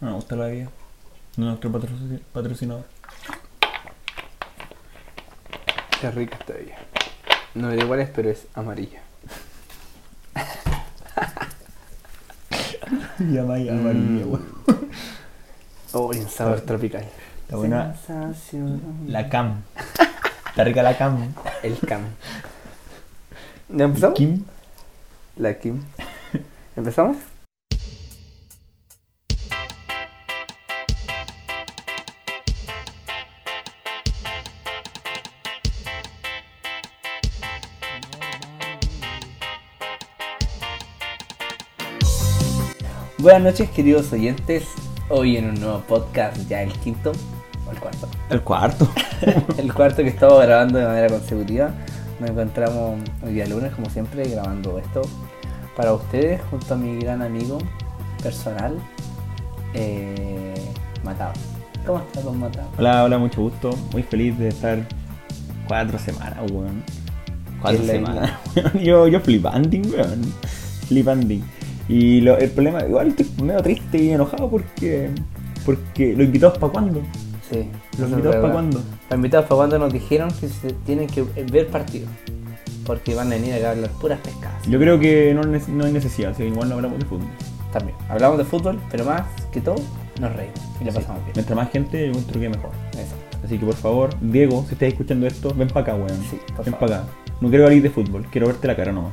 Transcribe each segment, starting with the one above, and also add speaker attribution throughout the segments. Speaker 1: No me gusta la vida. No nuestro patroci- patrocinador.
Speaker 2: Qué rica esta bebida. No me da cuál es, pero es amarilla.
Speaker 1: Y amarillo, amarillo,
Speaker 2: Mm.
Speaker 1: weón.
Speaker 2: Oh, y un sabor tropical.
Speaker 1: Está buena.
Speaker 2: Sensación.
Speaker 1: La cam. Está rica la cam.
Speaker 2: El cam. ¿Ya empezamos?
Speaker 1: Kim.
Speaker 2: La Kim. ¿Empezamos? Buenas noches queridos oyentes, hoy en un nuevo podcast, ya el quinto o el cuarto,
Speaker 1: El cuarto.
Speaker 2: el cuarto que estamos grabando de manera consecutiva. Nos encontramos hoy día lunes, como siempre, grabando esto para ustedes junto a mi gran amigo personal, eh, Matado. ¿Cómo estás, don Matado?
Speaker 1: Hola, hola, mucho gusto. Muy feliz de estar cuatro semanas, weón. Cuatro
Speaker 2: En la
Speaker 1: semanas, weón. Yo, yo flipanding, weón. Flipanding. Y lo- el problema, igual estoy medio triste y enojado porque. Porque los invitados para cuándo?
Speaker 2: Sí.
Speaker 1: ¿Los invitados para cuándo?
Speaker 2: Los invitados para cuando nos dijeron que se tienen que ver partido, porque van a venir acá a hablar puras pescadas.
Speaker 1: Yo creo que no, ne- no hay necesidad, así que igual no hablamos de fútbol.
Speaker 2: También, hablamos de fútbol, pero más que todo, nos reímos y lo pasamos bien.
Speaker 1: Mientras más gente, yo encuentro que mejor.
Speaker 2: Exacto.
Speaker 1: Así que por favor, Diego, si estás escuchando esto, ven para acá, weón.
Speaker 2: Sí, por
Speaker 1: ven
Speaker 2: favor.
Speaker 1: para acá. No quiero hablar de fútbol, quiero verte la cara nomás.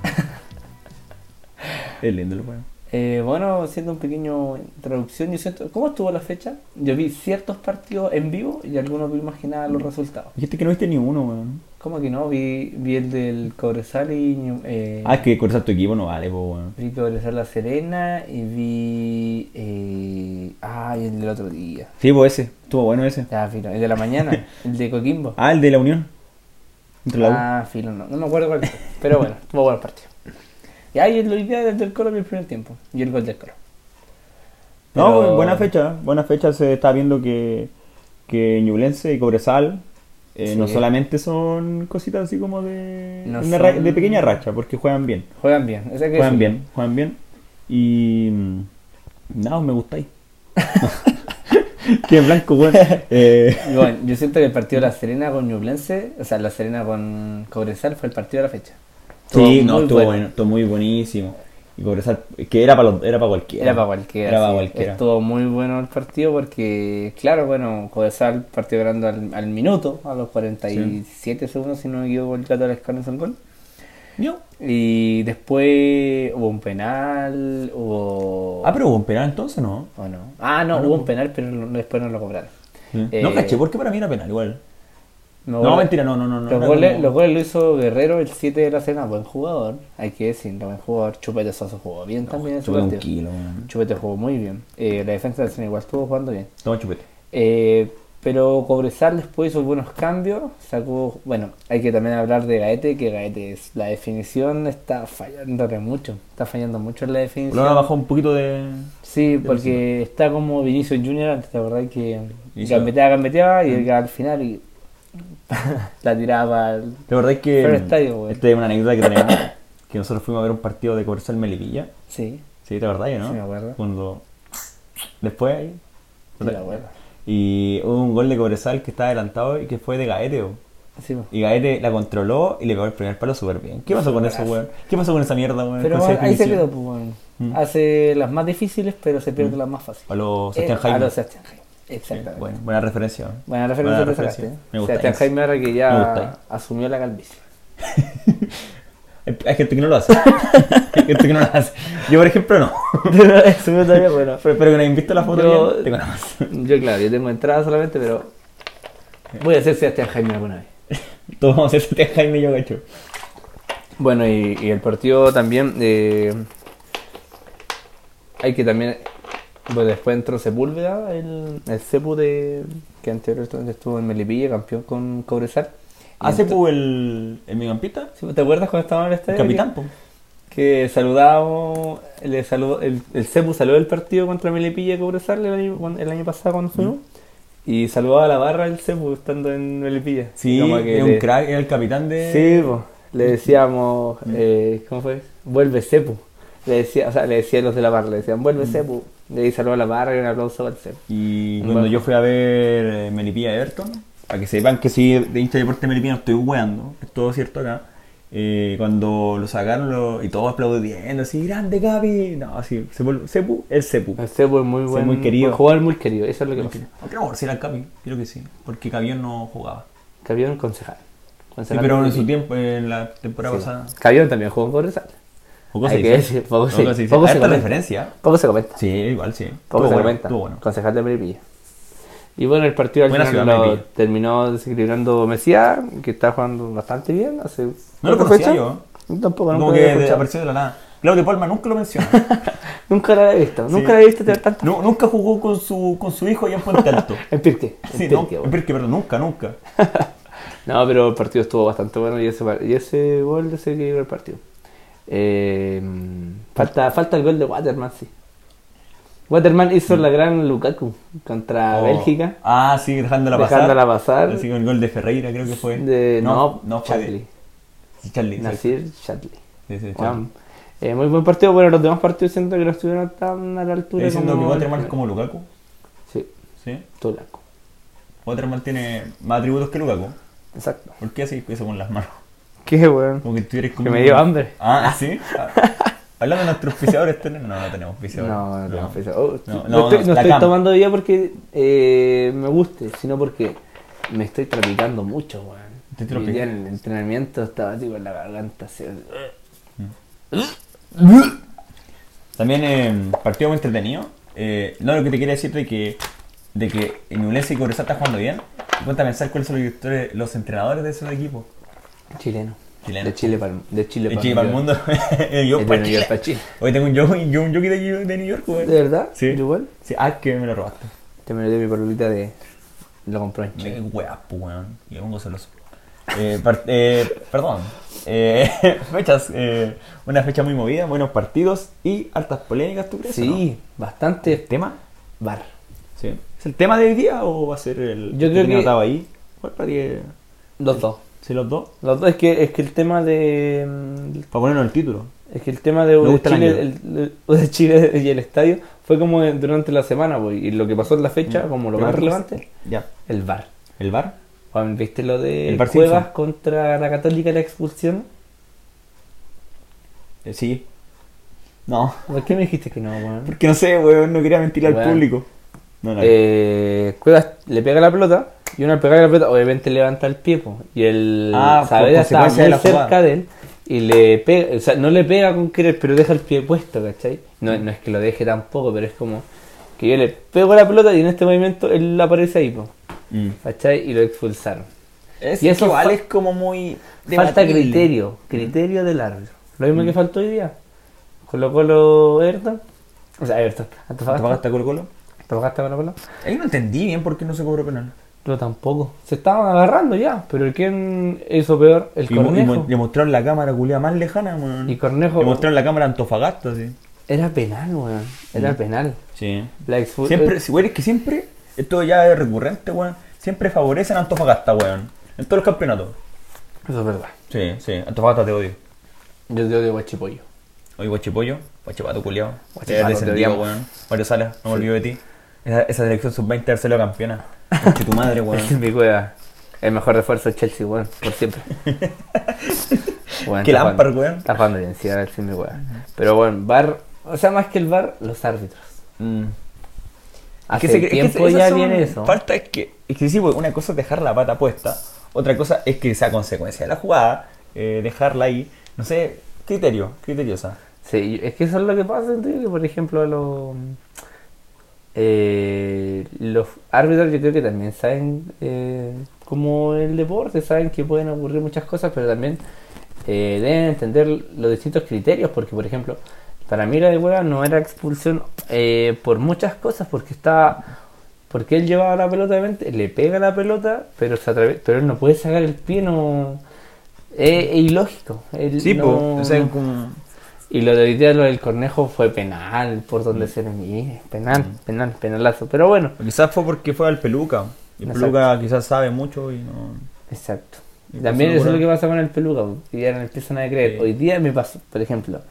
Speaker 1: es lindo el weón.
Speaker 2: Eh, bueno, haciendo un pequeño introducción, yo siento, ¿cómo estuvo la fecha? Yo vi ciertos partidos en vivo y algunos vi más que nada los resultados.
Speaker 1: Dijiste que no viste ni uno, weón.
Speaker 2: ¿Cómo que no? Vi, vi el del Cobresal y Ñu- eh,
Speaker 1: Ah, es que cortar tu equipo no vale, po, weón.
Speaker 2: vi Cobresal La Serena y vi eh, ah, y el del otro día.
Speaker 1: Sí, pues ese, estuvo bueno ese.
Speaker 2: Ya, filo, el de la mañana, el de Coquimbo.
Speaker 1: Ah, el de la Unión. Entre la U.
Speaker 2: Ah, filo, no, no me acuerdo cuál fue, pero bueno, estuvo bueno el partido. Y ahí el idea del del Colo en el primer tiempo y el gol del Colo.
Speaker 1: no,
Speaker 2: pero-
Speaker 1: weón, buena fecha, ¿eh? buena fecha. Se está viendo que, que Ñublense y Cobresal eh,
Speaker 2: Sí.
Speaker 1: no solamente son cositas así como de,
Speaker 2: No
Speaker 1: una ra-
Speaker 2: son-
Speaker 1: de pequeña racha, porque juegan bien.
Speaker 2: Juegan bien, o sea que
Speaker 1: Juegan
Speaker 2: sí.
Speaker 1: bien, juegan bien. Y. mm, No, me gustáis. Qué blanco, weón. Eh,
Speaker 2: Y Bueno, yo siento que el partido de La Serena con Ñublense, o sea, La Serena con Cobresal fue el partido de la fecha.
Speaker 1: sí, no,
Speaker 2: muy
Speaker 1: estuvo bueno, estuvo muy buenísimo. Y Cobresal, es que era para era pa cualquiera.
Speaker 2: Era para cualquiera.
Speaker 1: Era para
Speaker 2: sí.
Speaker 1: cualquiera.
Speaker 2: Estuvo muy bueno el partido porque, claro, bueno, Cobresal partió ganando al, al minuto, a los 47 segundos, si no me equivoco, el Gato Lescano en gol.
Speaker 1: Yo.
Speaker 2: Y después hubo un penal, hubo...
Speaker 1: Ah, pero hubo un penal entonces, ¿no?
Speaker 2: ¿o no? Ah, no,
Speaker 1: Ah, no,
Speaker 2: hubo un
Speaker 1: hubo-
Speaker 2: penal, pero no- después no lo cobraron. Eh,
Speaker 1: no caché, porque para mí era penal igual.
Speaker 2: me
Speaker 1: No,
Speaker 2: acuerdo-
Speaker 1: mentira, no, no, no. no,
Speaker 2: Los
Speaker 1: era
Speaker 2: goles,
Speaker 1: como-
Speaker 2: los goles lo hizo Guerrero el 7 de la cena, buen jugador, hay que decirlo, buen jugador. Chupete Soso jugó bien también en su
Speaker 1: Chupete un
Speaker 2: partido.
Speaker 1: kilo, weón.
Speaker 2: Chupete jugó muy bien. Eh, la defensa de la cena igual estuvo jugando bien.
Speaker 1: Toma chupete.
Speaker 2: Eh, pero Cobresal después hizo buenos cambios, sacó, bueno, hay que también hablar de Gaete, que Gaete es la definición está fallándole mucho, está fallando mucho en
Speaker 1: Lo
Speaker 2: la
Speaker 1: han
Speaker 2: definición.
Speaker 1: bajado un poquito de.
Speaker 2: Sí, porque está como Vinicius Junior antes, la verdad que
Speaker 1: Vinicius.
Speaker 2: gambeteaba, gambeteaba y llegaba al final y la tiraba al-
Speaker 1: La verdad es que. mm,
Speaker 2: Pero está bien, weón.
Speaker 1: esta es una anécdota que tenemos. que nosotros fuimos a ver un partido de Cobresal Melipilla.
Speaker 2: Sí,
Speaker 1: Sí, te acordás, ¿no?
Speaker 2: Sí, me acuerdo.
Speaker 1: Cuando. Después ahí.
Speaker 2: sí, la abuela.
Speaker 1: Y hubo un gol de Cobresal que estaba adelantado y que fue de Gaete, weón.
Speaker 2: Sí, po.
Speaker 1: Y Gaete la controló y le pegó el primer palo súper bien. ¿Qué pasó con eso, weón? ¿Qué pasó con esa mierda, weón?
Speaker 2: Pero
Speaker 1: Con esa
Speaker 2: bueno, ahí se quedó,
Speaker 1: definición.
Speaker 2: pues, bueno.
Speaker 1: Mm.
Speaker 2: Hace las más difíciles, pero se pierde las más fáciles.
Speaker 1: A los Sebastián
Speaker 2: Eh,
Speaker 1: Jaime.
Speaker 2: A los Sebastián Jaime. Exactamente.
Speaker 1: Bueno, buena referencia. weón.
Speaker 2: Buena referencia
Speaker 1: Buena
Speaker 2: te sacaste. ¿eh?
Speaker 1: Me gusta.
Speaker 2: Sebastián Jaime ahora que
Speaker 1: Me
Speaker 2: ya
Speaker 1: gusta.
Speaker 2: asumió la calvicie.
Speaker 1: Hay, hay gente que este no lo hace. hay gente que no lo hace. Yo, por ejemplo, no.
Speaker 2: asumió todavía, bueno.
Speaker 1: Pero, pero que no hayan visto la foto,
Speaker 2: Yo-
Speaker 1: bien, te conozco.
Speaker 2: Yo, claro, yo tengo entrada solamente, pero voy a hacer Sebastián Jaime alguna vez.
Speaker 1: Todos vamos a hacer Sebastián Jaime y yo, cacho.
Speaker 2: Bueno, y, y el partido también. eh, hay que también. Bueno, después entró Sepúlveda, el, el Cepu de, que anteriormente estuvo en Melipilla, campeón con Cobresal. Y
Speaker 1: ¿Hace
Speaker 2: ento-
Speaker 1: pu el, el mediocampista?
Speaker 2: Sí, ¿Te acuerdas cuando estábamos en
Speaker 1: El
Speaker 2: el estadio?
Speaker 1: capitán, po.
Speaker 2: Que, que saludábamos, le saludó, el, el Cepu saludó el partido contra Melipilla y Cobresal el año, cuan- el año pasado cuando fuimos.
Speaker 1: Mm.
Speaker 2: Y saludaba a la barra el Cepu estando en Melipilla.
Speaker 1: Sí,
Speaker 2: Como que
Speaker 1: es un
Speaker 2: le-
Speaker 1: crack, era el capitán de...
Speaker 2: Sí, po. le decíamos, eh, ¿cómo fue? Vuelve Cepu. Le decía, o sea, le decía a los de la barra, le decían,
Speaker 1: Mm.
Speaker 2: vuelve Sepu. Le di saludo a la barra y un aplauso para el Sepu.
Speaker 1: Y
Speaker 2: Bueno.
Speaker 1: cuando yo fui a ver eh, Melipilla Everton, para que sepan que soy de hincha de deporte de Melipilla, no estoy weando, es todo cierto acá. eh, cuando lo sacaron lo- y todos aplaudiendo, así, grande Gaby. No, así, Sepu, Sepu, el Sepu.
Speaker 2: El Sepu es muy buen,
Speaker 1: muy querido.
Speaker 2: buen jugador, muy querido. Eso es lo que pasa.
Speaker 1: Aunque no, si era el Capi, creo que sí, porque Cabión no jugaba.
Speaker 2: Cabión concejal.
Speaker 1: Sí,
Speaker 2: Concejal
Speaker 1: pero en
Speaker 2: también.
Speaker 1: su tiempo, en la temporada
Speaker 2: Sí.
Speaker 1: pasada.
Speaker 2: Cabión también jugó en Cobresal.
Speaker 1: Poco se
Speaker 2: Hay que
Speaker 1: dice.
Speaker 2: decir, poco se-
Speaker 1: Poco se dice.
Speaker 2: poco se
Speaker 1: Harta
Speaker 2: comenta.
Speaker 1: referencia.
Speaker 2: Poco se comenta.
Speaker 1: Sí, igual, sí.
Speaker 2: Poco
Speaker 1: Estuvo
Speaker 2: se
Speaker 1: bueno,
Speaker 2: comenta.
Speaker 1: estuvo bueno.
Speaker 2: Concejal de Melipilla. Y bueno, el partido al
Speaker 1: Buena
Speaker 2: final
Speaker 1: ciudad,
Speaker 2: lo
Speaker 1: Melipilla.
Speaker 2: terminó desequilibrando Mesías, que está jugando bastante bien. Hace
Speaker 1: No lo
Speaker 2: ¿cuántas
Speaker 1: conocía
Speaker 2: fechas?
Speaker 1: yo.
Speaker 2: Tampoco,
Speaker 1: Como
Speaker 2: nunca, lo había
Speaker 1: que
Speaker 2: escuchado.
Speaker 1: apareció de la nada. Claudio Palma nunca lo menciona.
Speaker 2: nunca lo había visto.
Speaker 1: Sí.
Speaker 2: Nunca lo había visto tener tanta.
Speaker 1: Nu- nunca jugó con su, con su hijo allá en Puente Alto.
Speaker 2: En Pirque. en
Speaker 1: Sí,
Speaker 2: Pirque,
Speaker 1: no,
Speaker 2: bueno.
Speaker 1: porque, perdón, nunca, nunca.
Speaker 2: No, pero el partido estuvo bastante bueno y ese, par- y ese gol desequilibró el partido. Eh, falta, falta el gol de Waterman, sí. Waterman
Speaker 1: Mm.
Speaker 2: hizo la gran Lukaku contra
Speaker 1: O-
Speaker 2: Bélgica.
Speaker 1: Ah, sí, dejándola pasar.
Speaker 2: Dejándola pasar.
Speaker 1: Así con el gol de Ferreira, creo que fue.
Speaker 2: De, no,
Speaker 1: fue de-
Speaker 2: Chatley.
Speaker 1: sí, Charlie. sí.
Speaker 2: Nasir Chatley.
Speaker 1: Sí, sí, Charlie.
Speaker 2: Juan. Eh, muy buen partido. Bueno, los demás partidos siento que no estuvieron tan a la altura.
Speaker 1: Estoy diciendo que
Speaker 2: como el
Speaker 1: Waterman es
Speaker 2: primer.
Speaker 1: como Lukaku.
Speaker 2: Sí,
Speaker 1: ¿Sí?
Speaker 2: todo blanco.
Speaker 1: Waterman tiene más atributos que Lukaku.
Speaker 2: Exacto.
Speaker 1: ¿Por qué haces eso con las manos?
Speaker 2: Qué bueno.
Speaker 1: Como que estuvieras como.
Speaker 2: Que me dio hambre.
Speaker 1: Ah, ¿sí? Ah, Hablando de nuestros auspiciadores, ¿tenemos? no, no tenemos
Speaker 2: No,
Speaker 1: auspiciadores.
Speaker 2: no, tengo prisa.
Speaker 1: no.
Speaker 2: Oh,
Speaker 1: No,
Speaker 2: no,
Speaker 1: no, no,
Speaker 2: estoy, no
Speaker 1: la
Speaker 2: estoy
Speaker 1: cama.
Speaker 2: tomando vía porque eh, me guste, sino porque me estoy trapicando mucho, weón.
Speaker 1: Te
Speaker 2: Y
Speaker 1: tropica-
Speaker 2: ya en el entrenamiento estaba así con la garganta así. uh,
Speaker 1: También eh, partido muy entretenido. Eh, no, lo que te quería decir de que, de que Ñublense y Cobresal están jugando bien. Cuenta pensar cuáles son los, directores- los entrenadores de esos equipos.
Speaker 2: Chileno.
Speaker 1: Chileno.
Speaker 2: De Chile para de Chile
Speaker 1: De
Speaker 2: pa'l
Speaker 1: Chile para el
Speaker 2: mundo.
Speaker 1: mundo. yo
Speaker 2: Es de
Speaker 1: para
Speaker 2: New
Speaker 1: Chile.
Speaker 2: York pa' Chile.
Speaker 1: Hoy tengo un jockey yo, un jockey de, New- de New York, güey.
Speaker 2: ¿De verdad?
Speaker 1: Sí.
Speaker 2: ¿Yo igual?
Speaker 1: Sí, ah, que me lo robaste.
Speaker 2: Te me lo dio mi parolita de. Lo compró en Chile.
Speaker 1: Qué guapo, pues, weón. Y me pongo celoso. Eh, par- eh, perdón. Eh, fechas. eh, una fecha muy movida, buenos partidos y hartas polémicas, ¿tú crees? o
Speaker 2: Sí, este bastante
Speaker 1: no? ¿Tema?
Speaker 2: bar.
Speaker 1: Sí. ¿Es el tema de hoy día o va a ser el
Speaker 2: Yo creo
Speaker 1: tenía
Speaker 2: que-
Speaker 1: anotado ahí? ¿Cuál para que...
Speaker 2: Los dos.
Speaker 1: Sí, los dos.
Speaker 2: Los dos es que es que el tema de mm,
Speaker 1: Para ponernos el título.
Speaker 2: Es que el tema de,
Speaker 1: Me
Speaker 2: de
Speaker 1: gusta el
Speaker 2: Chile,
Speaker 1: año.
Speaker 2: el- el- de Chile y el estadio fue como de- durante la semana, pues, y lo que pasó en la fecha, como lo
Speaker 1: Pero
Speaker 2: más
Speaker 1: ¿qué pasa?
Speaker 2: relevante,
Speaker 1: Ya.
Speaker 2: el VAR.
Speaker 1: ¿El bar?
Speaker 2: Juan, ¿viste lo de
Speaker 1: El VAR
Speaker 2: Cuevas
Speaker 1: Simpson.
Speaker 2: contra la Católica la expulsión?
Speaker 1: Eh, sí. No.
Speaker 2: ¿Por qué me dijiste que no, Juan?
Speaker 1: Porque no sé, weón. No quería mentir al
Speaker 2: Weón.
Speaker 1: público. No, no.
Speaker 2: Eh, Cuevas le pega la pelota, y uno al pegarle la pelota, obviamente levanta el pie, pues, y el
Speaker 1: Ah, por
Speaker 2: Saavedra estaba muy
Speaker 1: consecuencia de la
Speaker 2: cerca
Speaker 1: jugada.
Speaker 2: de él, y le pega, o sea, no le pega con querer, pero deja el pie puesto, ¿cachai? No, no es que lo deje tampoco, pero es como que yo le pego la pelota y en este movimiento él aparece ahí, pues.
Speaker 1: Mm.
Speaker 2: ¿Cachai? Y lo expulsaron.
Speaker 1: Es
Speaker 2: Y eso
Speaker 1: igual,
Speaker 2: fa-
Speaker 1: es como muy.
Speaker 2: Falta
Speaker 1: debatible.
Speaker 2: criterio,
Speaker 1: Mm.
Speaker 2: criterio del árbitro. Lo mismo que faltó hoy día. Colo Colo Everton. O sea, Everton. Antofagasta.
Speaker 1: ¿Antofagasta Colo Colo?
Speaker 2: Antofagasta Colo Colo.
Speaker 1: Ahí no entendí bien por qué no se cobró penal.
Speaker 2: No, tampoco. Se estaban agarrando ya, pero ¿quién hizo peor? El
Speaker 1: Y, mo- y mo-
Speaker 2: Cornejo.
Speaker 1: le mostraron la cámara culia más lejana, weón.
Speaker 2: Y Cornejo-
Speaker 1: Le mostraron la cámara a Antofagasta, sí.
Speaker 2: Era penal, weón. Era penal.
Speaker 1: Sí.
Speaker 2: La exfu-
Speaker 1: Siempre,
Speaker 2: eh,
Speaker 1: si weón, es que siempre, esto ya es recurrente, weón. Siempre favorecen a Antofagasta, weón. En todos los campeonatos.
Speaker 2: Eso es verdad.
Speaker 1: Sí, sí. Antofagasta te odio.
Speaker 2: Yo te odio guachipollo.
Speaker 1: Oye, guachipollo, guachipato culiao.
Speaker 2: Guachipato,
Speaker 1: Eres
Speaker 2: te
Speaker 1: descendido,
Speaker 2: odiamos.
Speaker 1: weón. Mario Sala, no me olvido de ti. Esa, esa selección sub-20 haber salido campeona. Conche tu madre,
Speaker 2: Esa
Speaker 1: weón.
Speaker 2: es mi cueva. El mejor refuerzo de Chelsea, weón. Por siempre. Weón,
Speaker 1: Qué
Speaker 2: está
Speaker 1: lámpara,
Speaker 2: jugando-
Speaker 1: weón.
Speaker 2: Está jugando bien, sí, ahora sí, mi weón. Pero bueno, bar. O sea, más que el bar, los árbitros.
Speaker 1: Mm.
Speaker 2: Hace
Speaker 1: se cree-
Speaker 2: tiempo
Speaker 1: esas
Speaker 2: ya
Speaker 1: son
Speaker 2: viene eso.
Speaker 1: Falta es que, es que sí, pues, una cosa es dejar la pata puesta, otra cosa es que sea consecuencia de la jugada, eh, dejarla ahí, no sé, criterio, criteriosa.
Speaker 2: Sí, es que eso es lo que pasa, tío, que por ejemplo a los, eh, los árbitros yo creo que también saben eh, como el deporte, saben que pueden ocurrir muchas cosas, pero también eh, deben entender los distintos criterios, porque por ejemplo, para mí la de Hueva no era expulsión eh, por muchas cosas, porque estaba, porque él llevaba la pelota, obviamente, le pega la pelota, pero se atreve- pero él no puede sacar el pie, no... Es es ilógico. él
Speaker 1: pues,
Speaker 2: no- no- y lo de hoy día, lo del Cornejo, fue penal, por
Speaker 1: Mm.
Speaker 2: donde se le mire. Penal, penal, penalazo. Pero bueno,
Speaker 1: quizás fue porque fue al peluca, y el
Speaker 2: Exacto.
Speaker 1: peluca quizás sabe mucho y no...
Speaker 2: exacto.
Speaker 1: Y
Speaker 2: También
Speaker 1: pasó
Speaker 2: eso es lo
Speaker 1: por-
Speaker 2: pues. que pasa con el peluca, po, que ya no empiezan a creer.
Speaker 1: Sí.
Speaker 2: Hoy día me pasó, por ejemplo,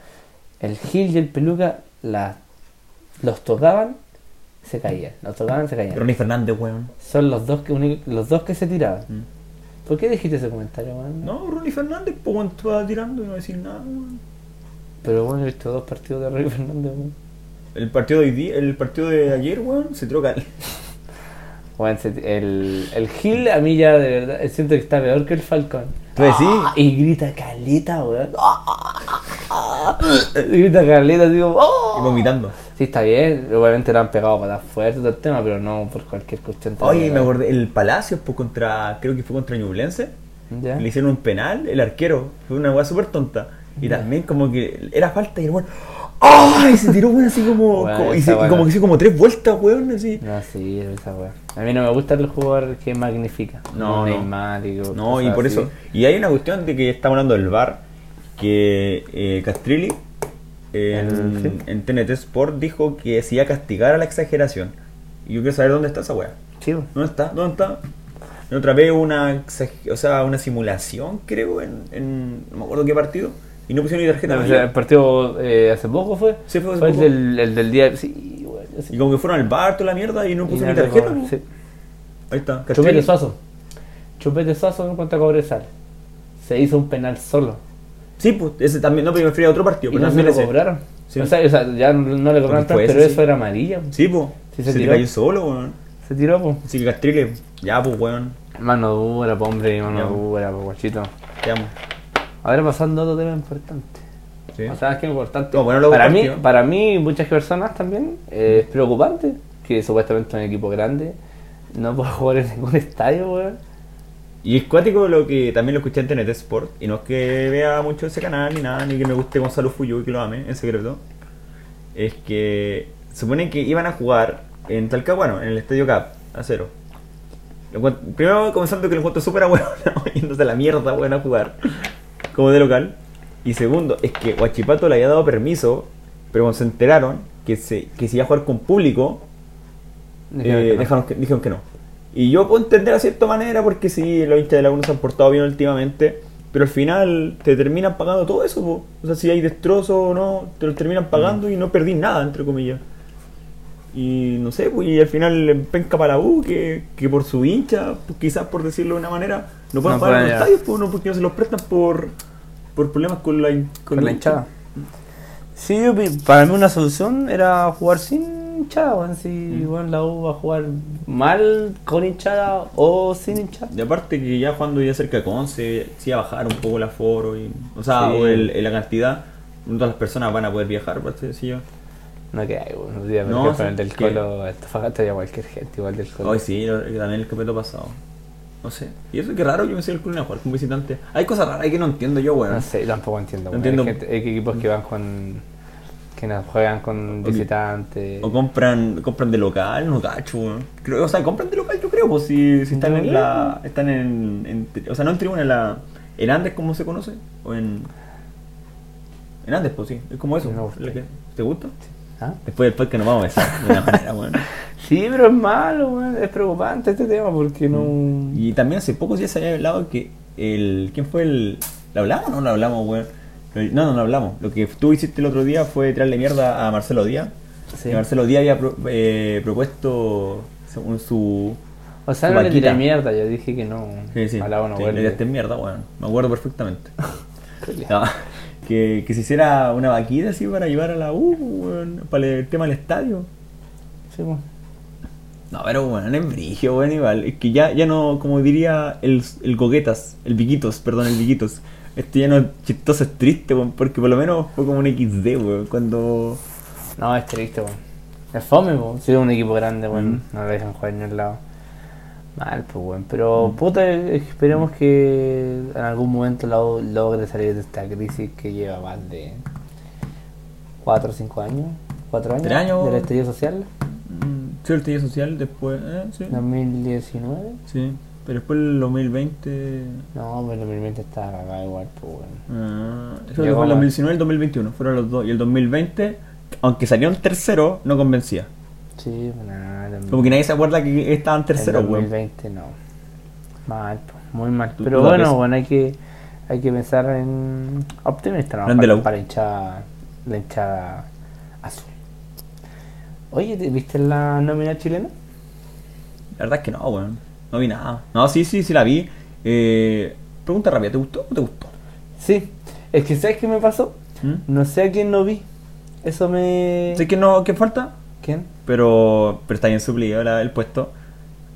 Speaker 2: el Gil y el Peluca la, los tocaban, se caían. Los tocaban, se caían.
Speaker 1: Ronnie Fernández, weón.
Speaker 2: Son los dos que uni- los dos que se tiraban. ¿Por qué dijiste ese comentario, weón?
Speaker 1: Mm. No, Ronnie Fernández, pues weón, estaba tirando y no decir nada, weón.
Speaker 2: Pero bueno, he visto dos partidos de Ronnie Fernández, weón.
Speaker 1: El partido de hoy día, el partido de ayer, weón, se troca.
Speaker 2: Weón, se- el, el Gil a mí ya de verdad siento que está peor que el Falcón.
Speaker 1: ¿Tú decís?
Speaker 2: Ah, Y grita caleta, weón. Ah, ah, ah, ah. Y grita caleta, digo. "Oh".
Speaker 1: Y vomitando.
Speaker 2: Sí, está bien, obviamente le han pegado para fuerte todo el tema, pero no por cualquier cuestión. te
Speaker 1: Oye,
Speaker 2: lo
Speaker 1: me
Speaker 2: regalan.
Speaker 1: acordé, el Palacios, pues contra, creo que fue contra Ñublense.
Speaker 2: ¿Ya?
Speaker 1: Le hicieron un penal, el arquero. Fue una weá súper tonta. Y también como que era falta y el weón. ¡Ay! Se tiró weón así como.
Speaker 2: Weón,
Speaker 1: como- y,
Speaker 2: esa
Speaker 1: se- y
Speaker 2: weá.
Speaker 1: como que hizo como tres vueltas, weón, así.
Speaker 2: No, sí, esa weá. A mí no me gustan los jugadores que magnifican.
Speaker 1: No, no.
Speaker 2: Neymar y cosas
Speaker 1: No, y por
Speaker 2: así.
Speaker 1: eso. Y hay una cuestión de que estamos hablando del bar. Que eh, Castrilli en,
Speaker 2: El-
Speaker 1: en TNT Sport dijo que se iba a castigar a la exageración. Y yo quiero saber dónde está esa weá.
Speaker 2: Sí, weón.
Speaker 1: ¿Dónde está? ¿Dónde está? La otra vez una, exag- o sea, una simulación, creo, en, en- No me acuerdo qué partido. Y no pusieron ni tarjeta.
Speaker 2: No, o
Speaker 1: amarilla.
Speaker 2: sea, el partido eh, hace poco fue.
Speaker 1: Sí, fue hace
Speaker 2: el
Speaker 1: poco.
Speaker 2: del, el del día. Sí, weón. yo sí.
Speaker 1: Y como que fueron al bar, toda la mierda, y no puso
Speaker 2: Y
Speaker 1: ni
Speaker 2: nada,
Speaker 1: tarjeta.
Speaker 2: weón,
Speaker 1: po.
Speaker 2: sí.
Speaker 1: Ahí está.
Speaker 2: Chupete
Speaker 1: Castrilli.
Speaker 2: Suazo. Chupete Suazo contra Cobresal. Se hizo un penal solo.
Speaker 1: Sí, pues, ese también, no, pero me refería a otro partido.
Speaker 2: Y
Speaker 1: Pero
Speaker 2: no se lo
Speaker 1: ese.
Speaker 2: cobraron.
Speaker 1: Sí.
Speaker 2: O, sea, o sea, ya no, no le cobraron tanto,
Speaker 1: fue ese,
Speaker 2: pero
Speaker 1: sí.
Speaker 2: eso era amarilla. weón.
Speaker 1: Sí, pues.
Speaker 2: Sí,
Speaker 1: se
Speaker 2: se
Speaker 1: te
Speaker 2: tiró.
Speaker 1: cayó solo, weón.
Speaker 2: Se tiró, po.
Speaker 1: Así que Castrile, ya, pues, weón.
Speaker 2: Mano dura, po, hombre,
Speaker 1: Ya.
Speaker 2: mano dura, po, guachito.
Speaker 1: Te amo.
Speaker 2: Ahora pasando a otro tema importante.
Speaker 1: Sí.
Speaker 2: O sea, es que es importante.
Speaker 1: No, bueno, luego
Speaker 2: para, mí,
Speaker 1: partido.
Speaker 2: para mí, muchas personas también, eh, es preocupante que supuestamente un equipo grande no pueda jugar en ningún estadio, weón.
Speaker 1: Y es cuático lo que también lo escuché en TNT Sport. Y no es que vea mucho ese canal ni nada, ni que me guste Gonzalo Fuyu y que lo ame, en secreto. Es que suponen que iban a jugar en Talcahuano, en el Estadio Cap, a cero. Lo encuent- Primero comenzando que lo encuentro súper a huevo, yéndose a la mierda, weón, a jugar. Como de local. Y segundo, es que Huachipato le había dado permiso, pero cuando se enteraron que, se, que si iba a jugar con público,
Speaker 2: Dijeron que
Speaker 1: eh,
Speaker 2: no.
Speaker 1: dejaron que- dijeron que no. Y yo puedo entender de cierta manera porque sí, los hinchas de la 1 se han portado bien últimamente, pero al final te terminan pagando todo eso. po. O sea, si hay destrozo o no, te lo terminan pagando
Speaker 2: Mm.
Speaker 1: y no perdís nada, entre comillas. Y no sé, pues, y al final penca para la U, que, que por su hincha, pues, quizás por decirlo de una manera, no pueden pagar
Speaker 2: No pueden
Speaker 1: los
Speaker 2: llegar.
Speaker 1: estadios pues, no, porque no se los prestan por, por problemas con la, hin-
Speaker 2: con la hinchada. Sí, yo pi- para mí una solución era jugar sin hinchada, weón. Si
Speaker 1: Mm.
Speaker 2: weón, la U va a jugar mal con hinchada o sin hinchada.
Speaker 1: Y aparte que ya cuando ya cerca de Conce, sí a bajar un poco el aforo, y, o sea,
Speaker 2: Sí.
Speaker 1: o el, el- la cantidad, no todas las personas van a poder viajar, pues, por así decirlo.
Speaker 2: No que hay, weón. Sí,
Speaker 1: No,
Speaker 2: por ejemplo,
Speaker 1: sí,
Speaker 2: el del
Speaker 1: que-
Speaker 2: Colo, Antofagasta ya cualquier gente, igual del Colo.
Speaker 1: Hoy sí, lo- también el campeonato pasado. No sé. Y eso que raro, yo me sé el club a jugar como visitante. Hay cosas raras que no entiendo yo, weón.
Speaker 2: No sé, tampoco entiendo.
Speaker 1: No
Speaker 2: weón. Hay
Speaker 1: entiendo.
Speaker 2: gente- hay equipos que van con. que no juegan con
Speaker 1: Ok.
Speaker 2: visitantes.
Speaker 1: O compran, compran de local, no cacho, weón. Creo, o sea, compran de local, yo creo, pues si, si están en la. están en, en tri- O sea, no en tribuna, en la. En Andes, como se conoce? O en. En Andes, pues sí. Es como eso.
Speaker 2: Me gusta.
Speaker 1: la que- ¿Te gusta?
Speaker 2: ¿Ah?
Speaker 1: Después del podcast nos vamos a besar de una manera, weón.
Speaker 2: Sí, pero es malo, weón. Es preocupante este tema porque no.
Speaker 1: Y también hace poco ya se había hablado que el. ¿Quién fue el. ¿La hablamos o no la hablamos, weón? Lo- No, no, no hablamos. Lo que tú hiciste el otro día fue tirarle mierda a Marcelo Díaz.
Speaker 2: Sí.
Speaker 1: Que Marcelo Díaz había pro- eh, propuesto según su.
Speaker 2: O sea,
Speaker 1: su
Speaker 2: no le
Speaker 1: vaquita.
Speaker 2: tiré mierda, yo dije que no.
Speaker 1: Sí, sí.
Speaker 2: Palabra no
Speaker 1: Sí,
Speaker 2: vuelve.
Speaker 1: le tiraste mierda, weón. Me acuerdo perfectamente. No, que, que se hiciera una vaquita así para llevar a la U, weón, para el tema del estadio.
Speaker 2: Sí, weón.
Speaker 1: No, pero bueno, en brigio, bueno, igual. Es que ya, ya no, como diría el, el Goguetas, el Viquitos, perdón, el Viquitos. Este ya no es chistoso, es triste, weón, porque por lo menos fue como un XD, weón, cuando...
Speaker 2: No, es triste, weón. Es fome, weón. Si es un equipo grande,
Speaker 1: Mm.
Speaker 2: weón. No lo dejan jugar en ningún lado. Mal, pues, weón. Pero,
Speaker 1: Mm.
Speaker 2: puta, eh, esperemos que en algún momento la U logre salir de esta crisis que lleva más de 4 o 5 años. 4 años,
Speaker 1: Tres años.
Speaker 2: del estallido social.
Speaker 1: Mm, sí, el estallido social, después... eh, sí,
Speaker 2: 2019.
Speaker 1: sí. Pero después el 2020...
Speaker 2: No, pero el 2020 está cagado igual, pues, weón.
Speaker 1: ah, eso
Speaker 2: Llegó
Speaker 1: fue el
Speaker 2: mal.
Speaker 1: 2019 y el 2021, fueron los dos. Y el 2020, aunque salió en tercero, no convencía.
Speaker 2: Sí, pues, nada. también.
Speaker 1: Como que nadie se acuerda que estaban tercero,
Speaker 2: el
Speaker 1: weón.
Speaker 2: 2020 no. Mal, po, muy mal.
Speaker 1: Tú-
Speaker 2: Pero
Speaker 1: tú la
Speaker 2: bueno,
Speaker 1: ves.
Speaker 2: bueno, hay que hay que pensar en optimista, ¿no?
Speaker 1: Grande
Speaker 2: para,
Speaker 1: la U.
Speaker 2: para hinchar la hinchada azul. Oye, ¿te- ¿viste la nómina chilena?
Speaker 1: La verdad es que no, weón. No vi nada. No, sí, sí, sí la vi. Eh, pregunta rápida, ¿te gustó o te gustó?
Speaker 2: Sí, es que ¿sabes qué me pasó?
Speaker 1: ¿Mm?
Speaker 2: No sé a quién no vi. Eso me...
Speaker 1: Sé que no, que falta,
Speaker 2: ¿Quién?
Speaker 1: pero, pero está bien suplido la- el puesto.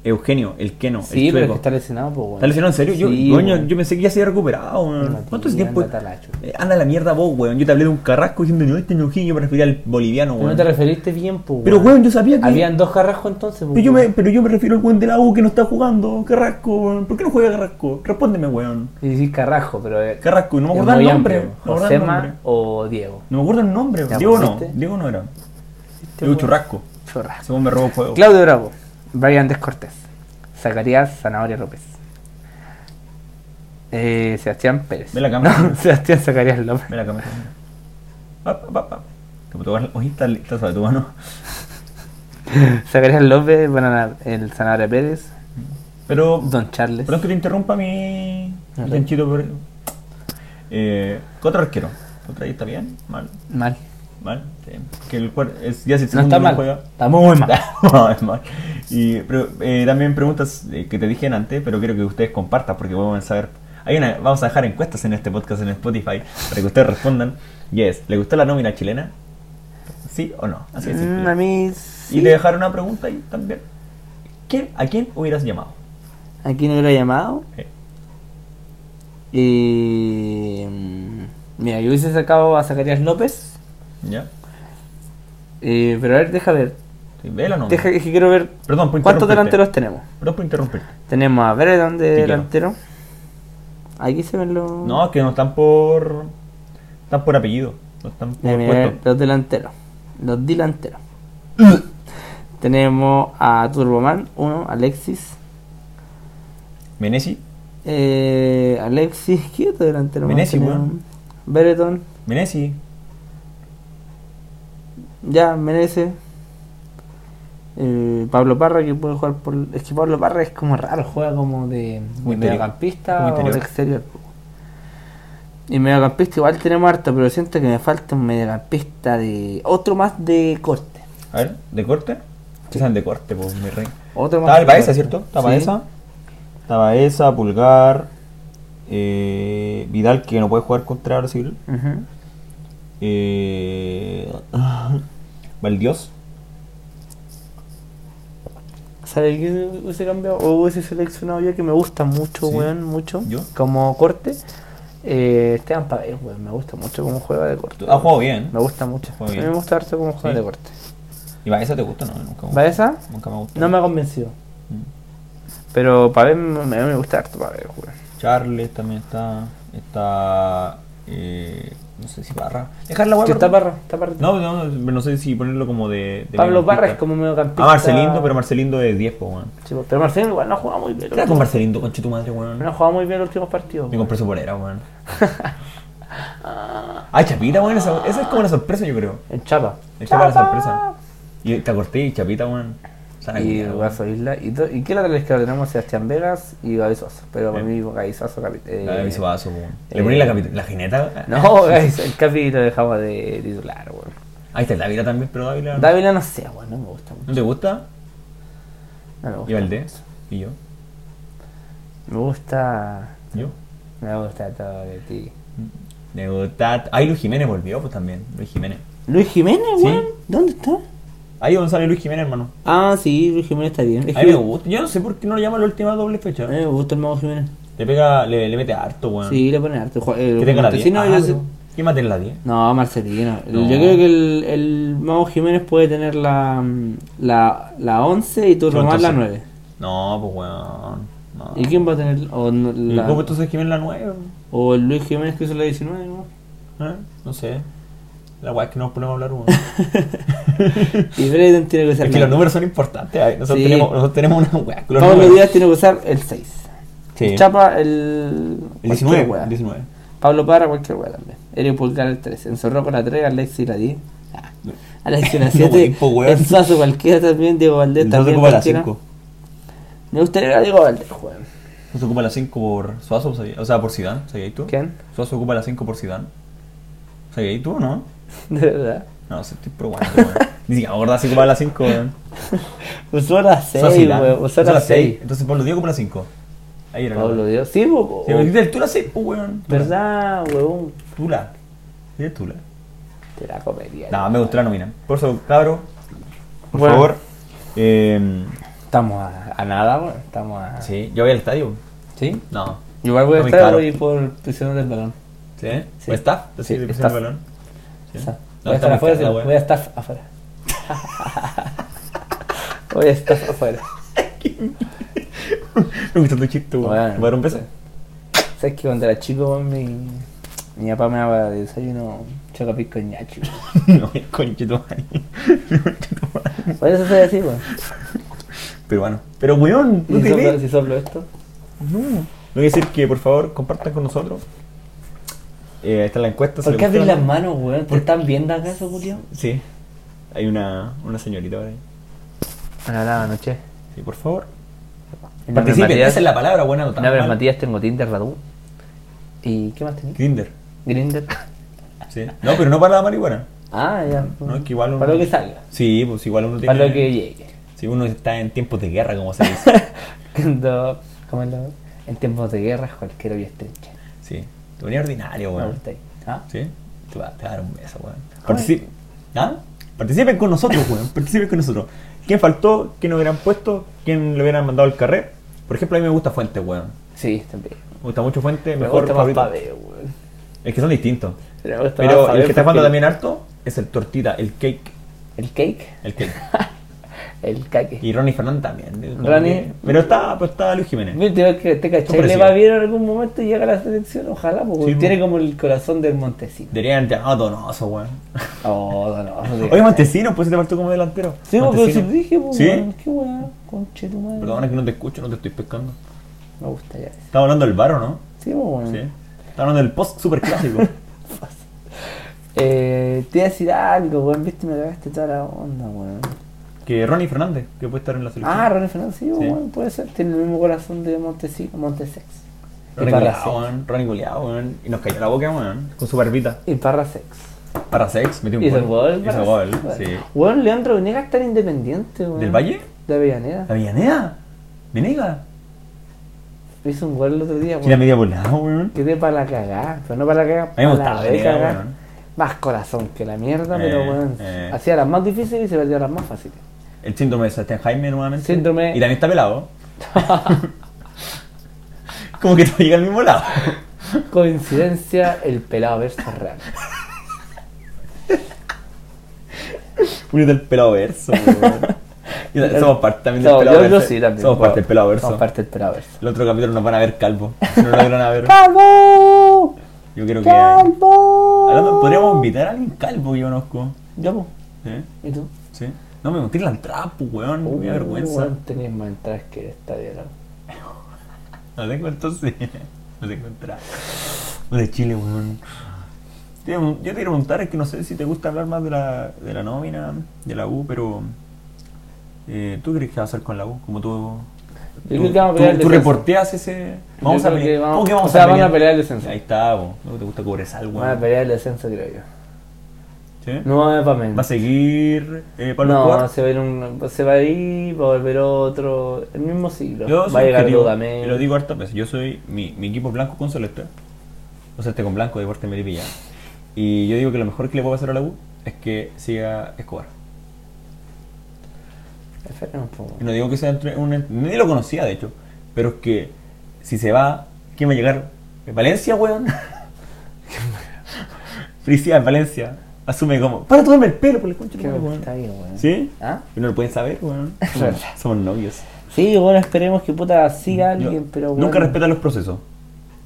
Speaker 1: Eugenio, el Keno, el
Speaker 2: Sí, pero es
Speaker 1: chueco.
Speaker 2: que está lesionado, pues, bueno.
Speaker 1: ¿Está lesionado en serio? yo,
Speaker 2: Sí,
Speaker 1: coño,
Speaker 2: weón.
Speaker 1: yo pensé que ya se había recuperado, weón.
Speaker 2: No,
Speaker 1: ¿Cuánto
Speaker 2: tío,
Speaker 1: tiempo?
Speaker 2: anda talacho.
Speaker 1: Eh, anda a la mierda vos, weón. Yo te hablé de un carrasco diciendo, no, este no es Eugenio, yo me refería al boliviano,
Speaker 2: Pero
Speaker 1: weón.
Speaker 2: no te referiste bien, pues,
Speaker 1: Pero, weón, yo sabía que...
Speaker 2: Habían dos carrascos entonces, pues,
Speaker 1: Pero yo, me,
Speaker 2: weón.
Speaker 1: pero yo me refiero al weón de la U que no está jugando. Carrasco, weón. ¿Por qué no juega Carrasco? Respóndeme, weón.
Speaker 2: Y decís carrasco, pero... eh,
Speaker 1: Carrasco, no me
Speaker 2: es
Speaker 1: acuerdo el
Speaker 2: muy
Speaker 1: nombre.
Speaker 2: amplio.
Speaker 1: No me acuerdo el nombre.
Speaker 2: ¿Josema o Diego?
Speaker 1: No me acuerdo el nombre.
Speaker 2: Ya,
Speaker 1: Diego no.
Speaker 2: pusiste.
Speaker 1: Diego no era.
Speaker 2: Este
Speaker 1: Diego
Speaker 2: weón.
Speaker 1: Churrasco.
Speaker 2: Churrasco.
Speaker 1: Según me robó el juego.
Speaker 2: Claudio Bravo, Brian Descortés, Zacarías Zanahoria López, Eh, Sebastián Pérez.
Speaker 1: Ve la cámara.
Speaker 2: No, Sebastián Zacarías López.
Speaker 1: Mira acá, mira. Pa, pa, pa, pa. Te puedo tocar- Oye, está, está sobre tu mano.
Speaker 2: Zacarías López, Banana- el Zanahoria Pérez,
Speaker 1: Pero.
Speaker 2: Don Charles.
Speaker 1: Perdón que te interrumpa mi. mi
Speaker 2: Dale.
Speaker 1: chanchito, pero. Eh, ¿Qué otro arquero? ¿Otro ahí está bien? ¿Mal?
Speaker 2: Mal.
Speaker 1: ¿Mal? Sí. Que el, cuer- es, ya si el
Speaker 2: No
Speaker 1: segundo
Speaker 2: está mal.
Speaker 1: juega-
Speaker 2: Está muy mal.
Speaker 1: No, es mal. Y pero, eh, también preguntas eh, que te dije antes, pero quiero que ustedes compartan porque vamos a saber. Hay una, vamos a dejar encuestas en este podcast en Spotify para que ustedes respondan. Yes, ¿le gustó la nómina chilena? ¿Sí o no? Así es.
Speaker 2: Mm, a mí. sí.
Speaker 1: Y te dejaron una pregunta ahí también. ¿Quién, ¿A quién hubieras llamado?
Speaker 2: ¿A quién hubiera llamado?
Speaker 1: Eh,
Speaker 2: Y. mm, Mira, yo hubiese sacado a Zacarías López.
Speaker 1: ¿Ya?
Speaker 2: eh, pero a ver, deja ver.
Speaker 1: Sí, ¿Ve la nómina?
Speaker 2: Deja, es que quiero ver
Speaker 1: Perdón por
Speaker 2: cuántos
Speaker 1: interrumpirte.
Speaker 2: delanteros tenemos.
Speaker 1: Perdón por interrumpirte.
Speaker 2: Tenemos a Veredón de
Speaker 1: Sí, claro.
Speaker 2: delantero. Aquí se ven los.
Speaker 1: No, es que no están por. Están por apellido. No están por
Speaker 2: Ya, mira,
Speaker 1: puesto.
Speaker 2: los delanteros. Los delanteros. Tenemos a Turboman, uno, Alexis.
Speaker 1: Menesi.
Speaker 2: Eh, Alexis, ¿qué otro delantero? más
Speaker 1: Menezes,
Speaker 2: tenemos?
Speaker 1: weón.
Speaker 2: Beretón,
Speaker 1: Menesi.
Speaker 2: ya, merece. Eh, Pablo Parra, que puede jugar por. Es que Pablo Parra es como raro, juega
Speaker 1: Como
Speaker 2: como de de
Speaker 1: interior. Como
Speaker 2: mediocampista o de
Speaker 1: interior.
Speaker 2: exterior. Y mediocampista igual tenemos harto, pero siento que me falta un mediocampista de. Otro más de corte.
Speaker 1: A ver, ¿de corte? Sí, sean de corte, pues, mi rey.
Speaker 2: Otro más
Speaker 1: Estaba el
Speaker 2: de
Speaker 1: Baeza,
Speaker 2: corte.
Speaker 1: ¿cierto? Estaba
Speaker 2: Sí.
Speaker 1: esa. Estaba esa, Pulgar. eh, Vidal, que no puede jugar contra Brasil.
Speaker 2: Ujú.
Speaker 1: Eh, Valdios.
Speaker 2: ¿Sabes qué hubiese cambiado? O hubiese seleccionado yo que me gusta mucho,
Speaker 1: Sí.
Speaker 2: weón, mucho.
Speaker 1: ¿Yo?
Speaker 2: Como corte. Eh, Esteban Pavel, weón, me gusta mucho cómo juega de corte.
Speaker 1: Ha jugado bien.
Speaker 2: Me gusta mucho.
Speaker 1: Juega
Speaker 2: A mí
Speaker 1: bien.
Speaker 2: me gusta harto cómo juega
Speaker 1: Sí.
Speaker 2: de corte.
Speaker 1: ¿Y Baeza te gusta? No, nunca me gustó.
Speaker 2: ¿Baeza?
Speaker 1: Nunca me gustó.
Speaker 2: No me ha convencido.
Speaker 1: Mm.
Speaker 2: Pero Pavel me, me gusta harto Pavel, weón.
Speaker 1: Charles también está. Está. eh, no sé si Barra. Dejarla,
Speaker 2: Que
Speaker 1: weón.
Speaker 2: está Parra, está Parra.
Speaker 1: No, no, no, no sé si ponerlo como de. de
Speaker 2: Pablo
Speaker 1: mediocampista.
Speaker 2: Parra es como mediocampista.
Speaker 1: Ah, Marcelindo, pero Marcelindo es 10, po, weón.
Speaker 2: Sí, pues, pero Marcelindo igual no ha jugado muy bien.
Speaker 1: ¿Qué era con Marcelindo, conche tu madre, weón?
Speaker 2: No ha jugado muy bien los últimos partidos.
Speaker 1: Me
Speaker 2: weón.
Speaker 1: compré su polera, weón. Ah, Chapita, weón. Esa, esa es como la sorpresa, yo creo.
Speaker 2: En Chapa.
Speaker 1: Esa es la sorpresa. Y te acordé, y Chapita, weón. Sana
Speaker 2: Y
Speaker 1: culiao, weón.
Speaker 2: Guaso Isla. ¿Y, do- y qué lateral izquierdo tenemos? Sebastián Vegas y Gaby Sosa. Pero para
Speaker 1: Eh.
Speaker 2: mí Gaby Sosa... capi- eh,
Speaker 1: La de Bisobazo, weón.
Speaker 2: eh,
Speaker 1: ¿Le poní la, capi- la jineta?
Speaker 2: No, Gaby, el Capi lo dejamos de titular, weón.
Speaker 1: Ahí está Dávila también, pero Dávila.
Speaker 2: Dávila no sé, weón, no me gusta mucho.
Speaker 1: ¿No te gusta?
Speaker 2: No me
Speaker 1: ¿Y
Speaker 2: gusta.
Speaker 1: Valdés? ¿Y yo?
Speaker 2: Me gusta...
Speaker 1: ¿Yo?
Speaker 2: Me gusta todo de ti.
Speaker 1: Me gusta. Ahí Luis Jiménez volvió, pues también. Luis Jiménez.
Speaker 2: Luis Jiménez,
Speaker 1: Sí.
Speaker 2: weón. ¿Dónde está?
Speaker 1: Ahí González Luis Jiménez, hermano.
Speaker 2: Ah, sí, Luis Jiménez está bien. Es
Speaker 1: A mí me
Speaker 2: que-
Speaker 1: gusta. Yo no sé por qué no lo llaman la última doble fecha.
Speaker 2: a mí me gusta el Mago Jiménez.
Speaker 1: Le pega, le, le mete harto, weón.
Speaker 2: Eh. Sí, le ponen arte. Ju- el
Speaker 1: Que tenga la 10.
Speaker 2: Montesino,
Speaker 1: Ah,
Speaker 2: yo
Speaker 1: pero-
Speaker 2: sé-
Speaker 1: ¿Quién va a tener la 10?
Speaker 2: No, Marcelino. El-
Speaker 1: No.
Speaker 2: Yo creo que el, el Mago Jiménez puede tener la, mm, la, la 11 y tú Román la
Speaker 1: entonces-
Speaker 2: 9.
Speaker 1: No, pues weón. No.
Speaker 2: ¿Y quién va a tener? O, no-
Speaker 1: ¿Y pues,
Speaker 2: la-
Speaker 1: cómo entonces Jiménez la 9?
Speaker 2: o el Luis Jiménez que hizo la 19, ¿no?
Speaker 1: ¿Eh? No sé. La weá es que no nos ponemos a hablar, weón.
Speaker 2: y Brayden tiene que usar
Speaker 1: es que
Speaker 2: la-
Speaker 1: los números son importantes. ay, Nosotros,
Speaker 2: Sí.
Speaker 1: tenemos, nosotros tenemos una weá. con los
Speaker 2: Pablo
Speaker 1: números.
Speaker 2: Díaz tiene que usar el 6.
Speaker 1: Sí.
Speaker 2: Chapa el.
Speaker 1: El 19,
Speaker 2: cualquier wea.
Speaker 1: el 19.
Speaker 2: Pablo Parra, cualquier weá también. Eric Pulgar el 13. Encerró con la 3, Alexis la 10. Ah, Alexis la
Speaker 1: No,
Speaker 2: 7.
Speaker 1: tipo, weón.
Speaker 2: el Suazo cualquiera también. Diego Valdés
Speaker 1: No se
Speaker 2: también.
Speaker 1: ocupa la
Speaker 2: cualquiera.
Speaker 1: 5.
Speaker 2: Me gustaría ver a Diego Valdés, weón.
Speaker 1: No se ocupa la 5 por Suazo, ¿sabías? o sea, por Zidane, ¿sabías tú?
Speaker 2: ¿Quién?
Speaker 1: Suazo ocupa la 5 por Zidane. ¿Sabías tú o no?
Speaker 2: De verdad.
Speaker 1: No, se estoy probando, weón. Ni siquiera me acordaba así como a las 5, weón.
Speaker 2: Usó las
Speaker 1: Son así,
Speaker 2: 6,
Speaker 1: ¿la?
Speaker 2: weón. Usó
Speaker 1: Son
Speaker 2: las 6.
Speaker 1: Entonces Pablo dio como a las 5. Ahí era.
Speaker 2: Pablo
Speaker 1: la-
Speaker 2: Dios. Sí, bo-
Speaker 1: Si me dijiste el Tula, sí, pues, weón. Tula.
Speaker 2: ¿Verdad, weón?
Speaker 1: Tula. ¿Qué es Tula?
Speaker 2: Te la comería.
Speaker 1: No, me gustó la nómina. Por eso, cabro, por
Speaker 2: Bueno.
Speaker 1: favor. eh,
Speaker 2: Estamos a, a nada, weón. Estamos a.
Speaker 1: sí, yo voy al estadio.
Speaker 2: ¿Sí?
Speaker 1: No.
Speaker 2: Igual voy a
Speaker 1: Está muy
Speaker 2: estar
Speaker 1: caro.
Speaker 2: hoy por prisionero del balón.
Speaker 1: ¿Sí?
Speaker 2: Sí.
Speaker 1: ¿O está?
Speaker 2: Sí,
Speaker 1: Sí,
Speaker 2: está.
Speaker 1: está. balón. Sí.
Speaker 2: O sea,
Speaker 1: No,
Speaker 2: voy
Speaker 1: está
Speaker 2: a estar
Speaker 1: muy
Speaker 2: afuera,
Speaker 1: cara la
Speaker 2: sí,
Speaker 1: weá.
Speaker 2: voy a estar afuera. voy a estar afuera.
Speaker 1: Me gusta tu chiste,
Speaker 2: Bueno.
Speaker 1: weón. ¿Para un beso?
Speaker 2: ¿Sabes que cuando era chico, weón, mi, mi papá me daba de desayuno chocapic con ñachi? weón.
Speaker 1: No, es conchito, madre.
Speaker 2: Por eso se así, weón.
Speaker 1: Pero bueno. Pero, weón, no
Speaker 2: Y
Speaker 1: te
Speaker 2: si soplo-
Speaker 1: ves.
Speaker 2: Si soplo esto.
Speaker 1: No. No voy a decir que por favor compartan con nosotros. Eh, ahí está la encuesta. si
Speaker 2: ¿Por
Speaker 1: les
Speaker 2: qué
Speaker 1: gustó
Speaker 2: abrís
Speaker 1: la
Speaker 2: las
Speaker 1: no.
Speaker 2: manos, weón? ¿Te
Speaker 1: Por-
Speaker 2: están viendo acaso, Julio?
Speaker 1: Sí. Hay una, una señorita por ahí.
Speaker 2: Hola, la noche.
Speaker 1: Sí, por favor.
Speaker 2: Mi nombre es
Speaker 1: Participen,
Speaker 2: Matías.
Speaker 1: esa es la palabra buena
Speaker 2: Mi
Speaker 1: nota.
Speaker 2: nombre es Matías, tengo Tinder, Radu. ¿Y qué más tenés?
Speaker 1: Grinder.
Speaker 2: Grinder.
Speaker 1: Sí. No, pero no para la marihuana.
Speaker 2: Ah, ya.
Speaker 1: No, es que igual uno-
Speaker 2: Para lo que salga.
Speaker 1: Sí, pues igual uno tiene.
Speaker 2: Para lo que llegue.
Speaker 1: Si uno está en tiempos de guerra, como se dice.
Speaker 2: Cuando, ¿cómo es la- En tiempos de guerra, cualquier hoy estrecha.
Speaker 1: sí. Te ponía ordinario,
Speaker 2: Me
Speaker 1: weón.
Speaker 2: gusta ahí. ¿Ah?
Speaker 1: Sí. Te va, te va a dar un beso, weón.
Speaker 2: Joder.
Speaker 1: Partici- ¿Ah? Participen con nosotros, weón. Participen con nosotros. ¿Quién faltó? ¿Quién nos hubieran puesto? ¿Quién le hubieran mandado el carrer? Por ejemplo, a mí me gusta Fuente, weón.
Speaker 2: Sí, también.
Speaker 1: Me gusta mucho Fuente,
Speaker 2: Me
Speaker 1: mejor
Speaker 2: gusta más
Speaker 1: favorito.
Speaker 2: Pabé, weón.
Speaker 1: Es que son distintos.
Speaker 2: Me gusta más
Speaker 1: Pero
Speaker 2: Pabé
Speaker 1: el que está
Speaker 2: porque-
Speaker 1: jugando también harto es el tortita, el cake.
Speaker 2: El cake.
Speaker 1: El cake.
Speaker 2: El cake.
Speaker 1: Y Ronnie Fernández también. eh, como
Speaker 2: Ronnie.
Speaker 1: que- Pero está, pues está Luis Jiménez.
Speaker 2: Mira, te va a que te cachai, le
Speaker 1: parecido.
Speaker 2: va bien en algún momento y llega a la selección, ojalá, porque
Speaker 1: Sí, pues.
Speaker 2: tiene
Speaker 1: po.
Speaker 2: como el corazón del Montesino.
Speaker 1: Deberían llamar a Donoso, weón.
Speaker 2: Oh, no, no, no.
Speaker 1: Oye, Montesino, pues se te faltó como delantero.
Speaker 2: Sí, po, pero si
Speaker 1: Montesino.
Speaker 2: te dije, pues,
Speaker 1: Sí.
Speaker 2: weón, qué weón, conche tu madre.
Speaker 1: Perdona que no te escucho, no te estoy pescando.
Speaker 2: Me gusta ya. eso.
Speaker 1: Estaba hablando del bar, ¿o no?
Speaker 2: Sí, pues, weón.
Speaker 1: Sí. Está hablando Mm. del post super clásico.
Speaker 2: Eh, te iba a decir algo, weón, viste, me cagaste toda la onda, weón.
Speaker 1: que Ronnie Fernández, que puede estar en la selección.
Speaker 2: Ah, Ronnie Fernández, sí,
Speaker 1: Sí.
Speaker 2: weón, puede ser, tiene el mismo corazón de Montesino, Montesex. Y
Speaker 1: Ronnie
Speaker 2: Parrasex.
Speaker 1: Culeado, weón. Ronnie Culeado, weón. Y nos cayó la boca, weón. Con su barbita.
Speaker 2: Y Parrasex.
Speaker 1: Para sex, metió un
Speaker 2: Hizo el gol.
Speaker 1: Hizo
Speaker 2: Parrasex,
Speaker 1: gol, sí.
Speaker 2: weón. Weón, Leandro Venegas tan independiente, weón.
Speaker 1: ¿Del Valle? Ah.
Speaker 2: De Avellaneda.
Speaker 1: ¿La Villaneda? ¿Venega?
Speaker 2: Hizo un gol el otro día,
Speaker 1: Sí, la
Speaker 2: weón.
Speaker 1: media volada, weón.
Speaker 2: Quedé para la cagada, pero no para la cagada.
Speaker 1: A mí me
Speaker 2: para
Speaker 1: gustaba
Speaker 2: la
Speaker 1: la
Speaker 2: de
Speaker 1: idea,
Speaker 2: cagá.
Speaker 1: weón.
Speaker 2: Más corazón que la mierda,
Speaker 1: Eh,
Speaker 2: pero weón.
Speaker 1: eh.
Speaker 2: Hacía las más difíciles y se perdía las más fáciles.
Speaker 1: El síndrome de Sebastián Jaime nuevamente.
Speaker 2: Síndrome-
Speaker 1: Y también está pelado. Como que todo llega al mismo lado.
Speaker 2: Coincidencia, el pelado versus real.
Speaker 1: Únete al pelado verso, weón. Y la- Somos parte también del
Speaker 2: No,
Speaker 1: pelado
Speaker 2: yo, yo
Speaker 1: verso.
Speaker 2: sí también.
Speaker 1: Somos parte del pelado
Speaker 2: Somos
Speaker 1: verso.
Speaker 2: parte del pelado verso.
Speaker 1: El otro capítulo nos van a ver calvo. Si no lo logran a ver.
Speaker 2: ¡Calvo!
Speaker 1: Yo creo que.
Speaker 2: ¡Calvo!
Speaker 1: Hablando, podríamos invitar a alguien calvo que yo conozco.
Speaker 2: Yo, po.
Speaker 1: ¿Sí?
Speaker 2: ¿Y tú?
Speaker 1: ¿Sí? No me metí en la trampa, weón. Me da
Speaker 2: Uh,
Speaker 1: vergüenza.
Speaker 2: weón, tenés más entradas que el estadio, ¿no?
Speaker 1: No tengo entonces. No tengo entrada. De Chile, weón. Te- Yo te quiero preguntar, es que no sé si te gusta hablar más de la, de la nómina, de la U, pero. eh, ¿Tú crees que vas a hacer con la U? Como tú.
Speaker 2: Yo
Speaker 1: tú-
Speaker 2: creo que vamos a pelear el
Speaker 1: tú, tú
Speaker 2: descenso.
Speaker 1: reporteas ese. Vamos
Speaker 2: creo
Speaker 1: a
Speaker 2: que
Speaker 1: pelear.
Speaker 2: vamos-
Speaker 1: ¿Cómo que
Speaker 2: o sea, van a pelear el
Speaker 1: el
Speaker 2: descenso.
Speaker 1: Ahí está, vos. No te gusta Cobresal, weón.
Speaker 2: Van a pelear el descenso, creo yo.
Speaker 1: ¿Sí?
Speaker 2: No, para menos.
Speaker 1: ¿Eh? ¿Va a seguir eh, Pablo
Speaker 2: No,
Speaker 1: Escobar?
Speaker 2: se va, a ir un- se va a ir, va a volver otro, el mismo siglo.
Speaker 1: Yo
Speaker 2: va a
Speaker 1: soy
Speaker 2: llegar
Speaker 1: objetivo,
Speaker 2: Dudamel.
Speaker 1: y lo digo hartas veces, yo soy, mi, mi equipo es blanco con celeste, o sea, este con blanco, deporte Melipilla, y yo digo que lo mejor que le puedo pasar a la U es que siga Escobar.
Speaker 2: Espera un poco.
Speaker 1: Y no digo que sea entre- un... Nadie lo conocía, de hecho, pero es que si se va, ¿quién va a llegar? ¿Valencia, weón? Frisia en Valencia, asume como, para tomarme el pelo por el concho, de
Speaker 2: ¿Qué
Speaker 1: tu
Speaker 2: me
Speaker 1: madre,
Speaker 2: gusta
Speaker 1: weón.
Speaker 2: ahí, weón?
Speaker 1: ¿Sí?
Speaker 2: ¿Ah?
Speaker 1: Y no lo pueden saber, weón. Somos, somos novios.
Speaker 2: Sí, bueno, esperemos que puta siga
Speaker 1: Yo-
Speaker 2: alguien, pero bueno.
Speaker 1: nunca respetan los procesos.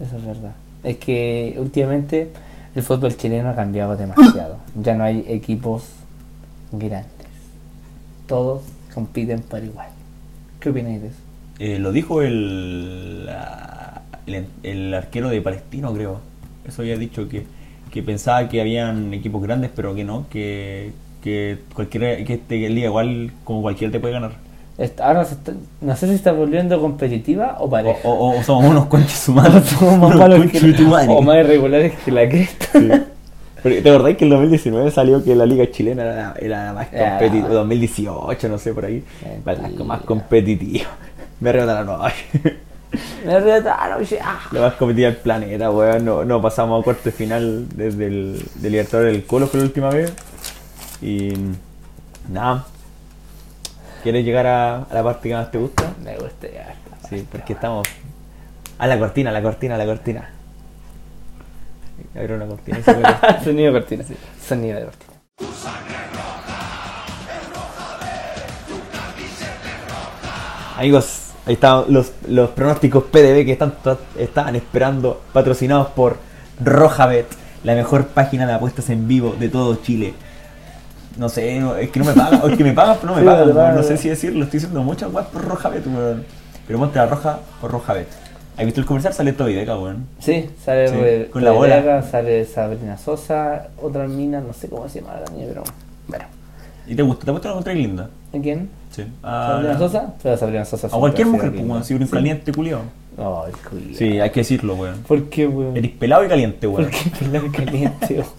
Speaker 2: Eso es verdad. Es que últimamente el fútbol chileno ha cambiado demasiado. Ya no hay equipos grandes. Todos compiten por igual. ¿Qué opináis de eso?
Speaker 1: Eh, lo dijo el, la- el, el arquero de Palestino, creo. Eso había dicho que, que pensaba que habían equipos grandes, pero que no, que, que cualquier que este liga igual como cualquiera te puede ganar.
Speaker 2: Est- Ahora se está- no sé si está volviendo competitiva o
Speaker 1: O,
Speaker 2: pareja.
Speaker 1: o- o somos unos conches humanos.
Speaker 2: Somos más malos que-
Speaker 1: tu madre.
Speaker 2: o más irregulares que la cresta.
Speaker 1: Sí. Porque, ¿Te acordáis que en 2019 salió que la liga chilena era, la- era la más
Speaker 2: Era-
Speaker 1: competitiva? 2018, no sé, por ahí. Era la
Speaker 2: Mentira.
Speaker 1: más competitiva. Me rebotaron la noche.
Speaker 2: Me retaron ya.
Speaker 1: La más competitiva del planeta, weón. No, no pasamos a cuarto de final desde el de Libertadores del Colo, fue la última vez. Y. Nada. ¿Quieres llegar a, a la parte que más te gusta?
Speaker 2: Me gusta ya. esta
Speaker 1: Sí, porque estamos. A la cortina, a la cortina, a la cortina. Abre una cortina y se ve.
Speaker 2: parte. Sonido de cortina. Sonido de cortina.
Speaker 1: Amigos, ahí están los, los pronósticos PDB que están, están esperando, patrocinados por Rojabet, la mejor página de apuestas en vivo de todo Chile. No sé, no- es que no me pagan, o es que me pagan, pero no me
Speaker 2: Sí,
Speaker 1: pagan,
Speaker 2: vale,
Speaker 1: weón,
Speaker 2: vale.
Speaker 1: no sé si decirlo, estoy diciendo muchas weas por Rojabet, weón. Pero muestra la roja por Rojabet. ¿Has visto el comercial? Sale todo Videca, weón.
Speaker 2: Sí, sale
Speaker 1: Sí,
Speaker 2: Re-
Speaker 1: con la bola.
Speaker 2: Rebeca, sale Sabrina Sosa, otra mina, no sé cómo se llama la niña, pero bueno.
Speaker 1: ¿Y te gusta? ¿Te gusta la encontré linda?
Speaker 2: ¿A quién?
Speaker 1: Sí.
Speaker 2: ¿Sabrina
Speaker 1: A,
Speaker 2: Sosa? Pero Sabrina Sosa
Speaker 1: Ah, a cualquier
Speaker 2: siempre
Speaker 1: mujer,
Speaker 2: ha sido
Speaker 1: pues,
Speaker 2: linda.
Speaker 1: weón, si eres un caliente culiado.
Speaker 2: Oh, el culiao.
Speaker 1: Sí, hay que decirlo, weón.
Speaker 2: ¿Por qué, weón?
Speaker 1: Eres pelado y caliente, weón.
Speaker 2: ¿Por qué pelado caliente, weón?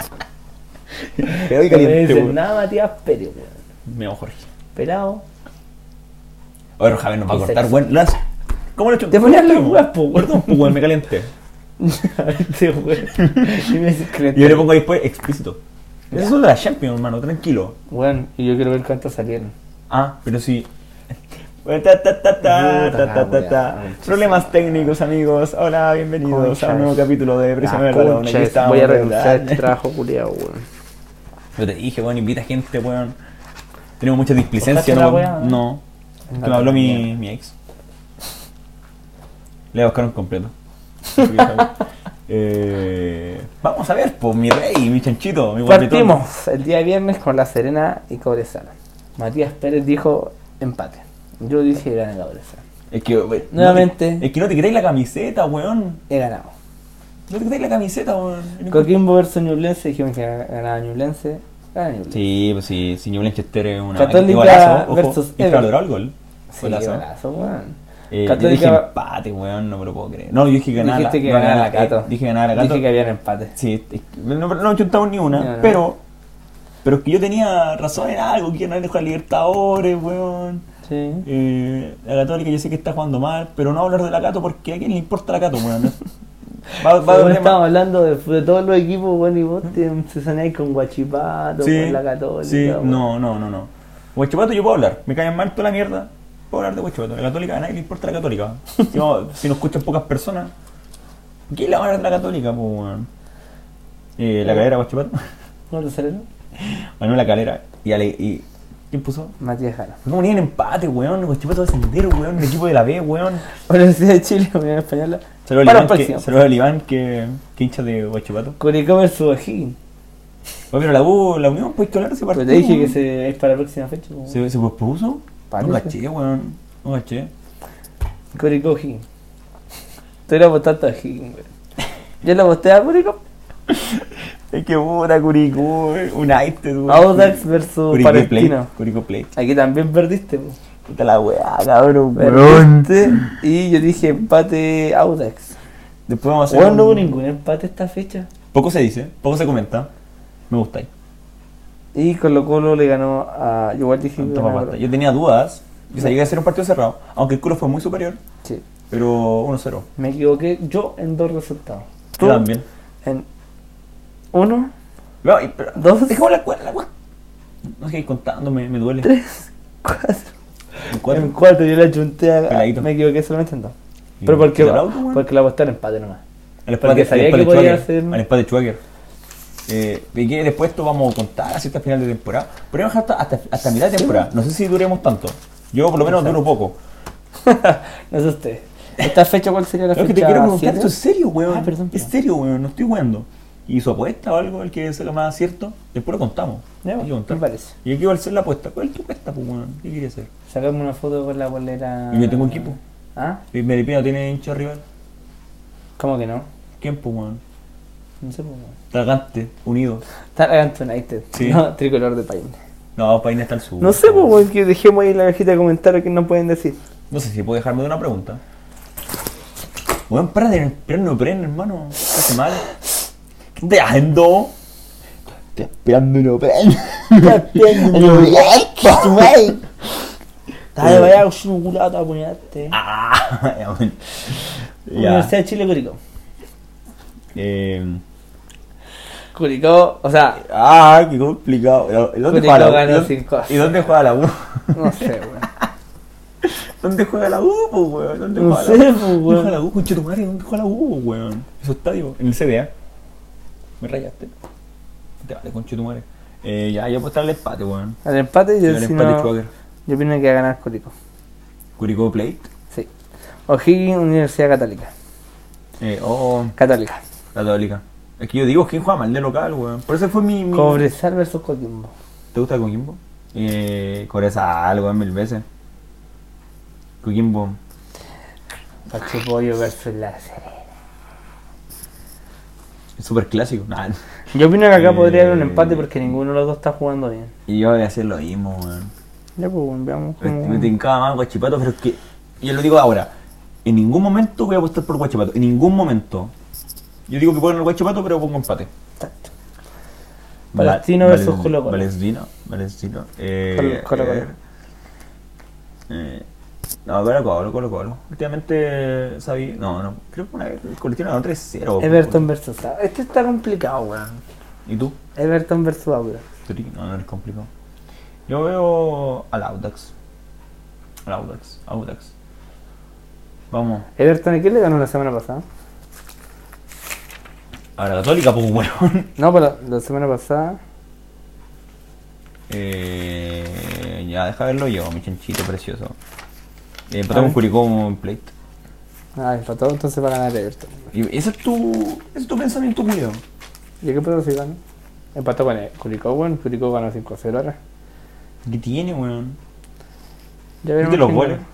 Speaker 1: Pelado y
Speaker 2: No me
Speaker 1: caliente,
Speaker 2: dicen
Speaker 1: weón.
Speaker 2: nada, Matías Pérez, weón.
Speaker 1: Me llamo Jorge.
Speaker 2: Pelado.
Speaker 1: Oye, Javier nos va a
Speaker 2: Y
Speaker 1: cortar,
Speaker 2: sexy.
Speaker 1: weón. Las- ¿Cómo lo he hecho?
Speaker 2: Te ponían las weas, po, weón.
Speaker 1: Perdón, po, weón, me calenté.
Speaker 2: este weón. Y me dice que-
Speaker 1: Y yo le pongo ahí después explícito. Eso es solo la Champions, hermano, tranquilo.
Speaker 2: Weón, y yo quiero ver cuántas salieron.
Speaker 1: Ah, pero sí. Ta, ta, ta, ta, ta, ta, ta, ta. Problemas técnicos, amigos. Hola, bienvenidos a un nuevo capítulo de Presión
Speaker 2: La
Speaker 1: del Balón.
Speaker 2: concha
Speaker 1: Aquí
Speaker 2: de-
Speaker 1: estamos,
Speaker 2: Voy a
Speaker 1: ¿verdad?
Speaker 2: renunciar a este trabajo, culiao, weón.
Speaker 1: Yo te dije, weón, invita gente, weón. Tenemos mucha displicencia,
Speaker 2: ¿Cortaste la
Speaker 1: ¿no?
Speaker 2: wea?
Speaker 1: No.
Speaker 2: Anda
Speaker 1: Que me habló mi,
Speaker 2: también.
Speaker 1: mi ex. Le buscaron completo. Eh, vamos a ver, pues, mi rey, mi chanchito, mi guapetón.
Speaker 2: Partimos el día viernes con La Serena y Cobresal. Matías Pérez dijo empate. Yo dije gana Cobresal.
Speaker 1: Es que, we-
Speaker 2: Nuevamente.
Speaker 1: no te- es que no te crees la camiseta, weón.
Speaker 2: He ganado.
Speaker 1: No te crees la camiseta, weón.
Speaker 2: Coquimbo versus Ñublense, dijimos que ganaba Ñublense. Gana Ñublense.
Speaker 1: Sí, pues sí, si New Chester es una.
Speaker 2: Católica
Speaker 1: golazo, ojo,
Speaker 2: versus
Speaker 1: y
Speaker 2: Everton.
Speaker 1: valoró el gol.
Speaker 2: Sí,
Speaker 1: Golazo.
Speaker 2: golazo, weón.
Speaker 1: Eh, yo dije
Speaker 2: Católica.
Speaker 1: empate, weón, no me lo puedo creer. No, yo dije ganar la,
Speaker 2: dijiste que
Speaker 1: no,
Speaker 2: ganaba
Speaker 1: ganar
Speaker 2: la Cato.
Speaker 1: Dije ganar la Cato.
Speaker 2: eh, Dije que había empate.
Speaker 1: Sí, es que no, no he chuntado ni una,
Speaker 2: No, no.
Speaker 1: pero. Pero es que yo tenía razón en algo, que no era jugar Libertadores, weón.
Speaker 2: Sí.
Speaker 1: Eh, la Católica yo sé que está jugando mal, pero no hablar de la Cato porque a quién le importa la Cato, weón. Va, va a
Speaker 2: Bueno,
Speaker 1: doler
Speaker 2: estamos
Speaker 1: más.
Speaker 2: hablando de, de todos los equipos, bueno, y vos te obsesionáis con Guachipato,
Speaker 1: Sí,
Speaker 2: con la Católica.
Speaker 1: sí,
Speaker 2: bueno.
Speaker 1: no, no, no, no. Huachipato yo puedo hablar, me caen mal toda la mierda. Puedo hablar de Huachipato, la Católica a nadie le importa la Católica. Si, no- si nos escuchan pocas personas, ¿quién le va a hablar de la Católica, po, weón? Eh, la cadera Huachipato.
Speaker 2: ¿No te salió?
Speaker 1: Ganó la calera y, Ale, y ¿quién puso?
Speaker 2: Matías Jara.
Speaker 1: No ponían empate, weón, Huachipato va a ascender, weón, el equipo de la B, weón.
Speaker 2: Universidad de Chile, Unión Española.
Speaker 1: Saludos al
Speaker 2: Para el
Speaker 1: Iván, que,
Speaker 2: próximo.
Speaker 1: saludos al Iván que, que hincha de Huachipato.
Speaker 2: Curicó versus O'Higgins.
Speaker 1: Oye, pero la U, la Unión, pues que hablar de ese
Speaker 2: Pero
Speaker 1: partido.
Speaker 2: te dije que
Speaker 1: weón.
Speaker 2: se, es para la próxima fecha. pues. po.
Speaker 1: ¿Se, se pospuso?
Speaker 2: Parece.
Speaker 1: No caché, weón, no caché.
Speaker 2: Curicó O'Higgins. Tú le apostaste a O'Higgins, güey. Yo le aposté a Curicó.
Speaker 1: Es que puta, Curicó, United, weón.
Speaker 2: Audax versus
Speaker 1: Curicó Plate,
Speaker 2: Palestino.
Speaker 1: Curicó Plate.
Speaker 2: Aquí también perdiste, po.
Speaker 1: Puta la weá, cabrón, weón.
Speaker 2: Perdiste. Y yo dije empate Audax.
Speaker 1: Después vamos a hacer.
Speaker 2: Bueno, no hubo
Speaker 1: un-
Speaker 2: ningún empate esta fecha.
Speaker 1: Poco se dice, poco se comenta. Me gusta ahí.
Speaker 2: Y Colo Colo le ganó a. Yo igual dije que
Speaker 1: Toma
Speaker 2: ganaba
Speaker 1: pasta.
Speaker 2: Colo.
Speaker 1: Yo tenía dudas. Yo sabía que iba a ser un partido cerrado, aunque el culo fue muy superior,
Speaker 2: Sí,
Speaker 1: pero 1-0.
Speaker 2: me equivoqué yo en dos resultados.
Speaker 1: Yo también.
Speaker 2: En uno,
Speaker 1: No, y- pero,
Speaker 2: Dos.
Speaker 1: Dejemos la cuerda, la cuerda. No sé, contando, me, me duele.
Speaker 2: tres, cuatro.
Speaker 1: El cuatro.
Speaker 2: En cuatro yo le achunté a.
Speaker 1: Peladito.
Speaker 2: Ah, Me equivoqué solamente en dos.
Speaker 1: ¿Y
Speaker 2: Pero porque,
Speaker 1: te aplaudo, weón?
Speaker 2: porque la aposté al empate nomás.
Speaker 1: Al
Speaker 2: porque
Speaker 1: empate,
Speaker 2: sabía
Speaker 1: al empate
Speaker 2: que podía
Speaker 1: Schwager,
Speaker 2: hacer-
Speaker 1: Al empate Schwager. Eh, y que después esto vamos a contar hasta el final de temporada. Podríamos dejar hasta, hasta, hasta mitad de temporada. No sé si duremos tanto. Yo por lo menos duro poco.
Speaker 2: no sé usted. ¿Esta fecha cuál sería la
Speaker 1: Es
Speaker 2: fecha?
Speaker 1: que te quiero preguntar,
Speaker 2: siete?
Speaker 1: ¿esto es serio, weón?
Speaker 2: Ah, perdón,
Speaker 1: Es
Speaker 2: perdón.
Speaker 1: serio, weón, no estoy weando. ¿Y su apuesta o algo, el que saca más acierto? Después lo contamos.
Speaker 2: Ya,
Speaker 1: Hay que
Speaker 2: me
Speaker 1: contar.
Speaker 2: parece.
Speaker 1: ¿Y aquí va a ser la apuesta? ¿Cuál es tu apuesta, pues, weón? ¿Qué quieres hacer?
Speaker 2: Sacame una foto con la bolera.
Speaker 1: Y yo tengo equipo.
Speaker 2: ¿Ah?
Speaker 1: ¿Y Melipino tiene hincha rival?
Speaker 2: ¿Cómo que no?
Speaker 1: ¿Quién, pues, weón?
Speaker 2: No sé cómo.
Speaker 1: Tragante, unido.
Speaker 2: Talagante United.
Speaker 1: Sí.
Speaker 2: No, tricolor de país.
Speaker 1: No, Paine está al sur.
Speaker 2: No sé, pues, weón, que dejemos ahí en la cajita de comentarios que no pueden decir.
Speaker 1: No sé si puedo dejarme de una pregunta. Weón, para de prender, no prende, hermano. Hace mal. ¿Qué estás haciendo? Estoy esperando un Open.
Speaker 2: Dale, vaya, usar un culato a puñalarte.
Speaker 1: Ah, ya, bueno. Ya.
Speaker 2: Universidad de Chile, Curicó.
Speaker 1: Eh,
Speaker 2: Curicó, o sea,
Speaker 1: ah, qué complicado. ¿Y dónde
Speaker 2: Curicó
Speaker 1: juega la
Speaker 2: ganó
Speaker 1: U? ¿Y
Speaker 2: cinco a
Speaker 1: dónde- ¿Y dónde juega la U?
Speaker 2: no sé, weón.
Speaker 1: ¿Dónde juega la U, po, weón? ¿Dónde
Speaker 2: No
Speaker 1: juega
Speaker 2: sé,
Speaker 1: la
Speaker 2: po,
Speaker 1: ¿Dónde
Speaker 2: weón.
Speaker 1: juega la U? Conche tu madre, ¿dónde juega la U, po, weón? En su estadio, en el CDA. Me rayaste. Te vale, conche tu madre. Eh, ya, yo apostar al empate, weón.
Speaker 2: Al empate, yo,
Speaker 1: Yo al
Speaker 2: si
Speaker 1: empate,
Speaker 2: no-
Speaker 1: Schwager.
Speaker 2: yo opino que va a ganar Curicó.
Speaker 1: Curicó Plate.
Speaker 2: Sí. O'Higgins, Universidad Católica.
Speaker 1: Eh, oh,
Speaker 2: Católica.
Speaker 1: Católica. Es que yo digo, ¿quién juega mal de local, weón? Por eso fue mi. mi-
Speaker 2: Cobresal versus Coquimbo.
Speaker 1: ¿Te gusta Coquimbo? Eh, Corezal, weón, mil veces. Coquimbo.
Speaker 2: Pachipollo versus La Serena.
Speaker 1: Es súper clásico.
Speaker 2: Yo opino que acá
Speaker 1: Eh,
Speaker 2: podría haber un empate porque ninguno de los dos está jugando bien.
Speaker 1: Y yo voy a hacer lo mismo, weón.
Speaker 2: Ya, pues, weón, veamos
Speaker 1: Me,
Speaker 2: cómo...
Speaker 1: Este me tincaba más Guachipato, pero es que. Yo lo digo ahora. En ningún momento voy a apostar por Guachipato. En ningún momento. Yo digo que pongo el Guachipato, pero pongo empate.
Speaker 2: Exacto. Palestino
Speaker 1: Val-
Speaker 2: versus
Speaker 1: Valen-
Speaker 2: Colo Colo.
Speaker 1: Palestino, Palestino. Eh,
Speaker 2: Colo- Colo Colo.
Speaker 1: eh, eh, no, Colo Colo, Colo Colo. Últimamente sabí. No, no. Creo que una vez el Colestino ganó 3-0.
Speaker 2: Everton versus... Este está complicado, weón.
Speaker 1: ¿Y tú?
Speaker 2: Everton versus Aura.
Speaker 1: Tri- No, no es complicado. Yo veo al Audax. Al Audax, Audax. Vamos.
Speaker 2: Everton, ¿a quién le ganó la semana pasada?
Speaker 1: Ahora Católica, pues weón.
Speaker 2: No, pero la semana pasada...
Speaker 1: Eh, ya, deja verlo yo, mi chanchito precioso. Eh,
Speaker 2: A
Speaker 1: empatamos
Speaker 2: ver.
Speaker 1: Curicó en plate.
Speaker 2: Ah, empató, entonces va a ganar Everton.
Speaker 1: Y ese es tu, ese es tu pensamiento, Julio.
Speaker 2: ¿Y qué pedo si ganó? Empató con el Curicó, weón. Curicó ganó 5-0 ahora.
Speaker 1: ¿Qué tiene, weón?
Speaker 2: Ya
Speaker 1: ¿Qué
Speaker 2: veremos
Speaker 1: te los
Speaker 2: quién
Speaker 1: goles?
Speaker 2: gana.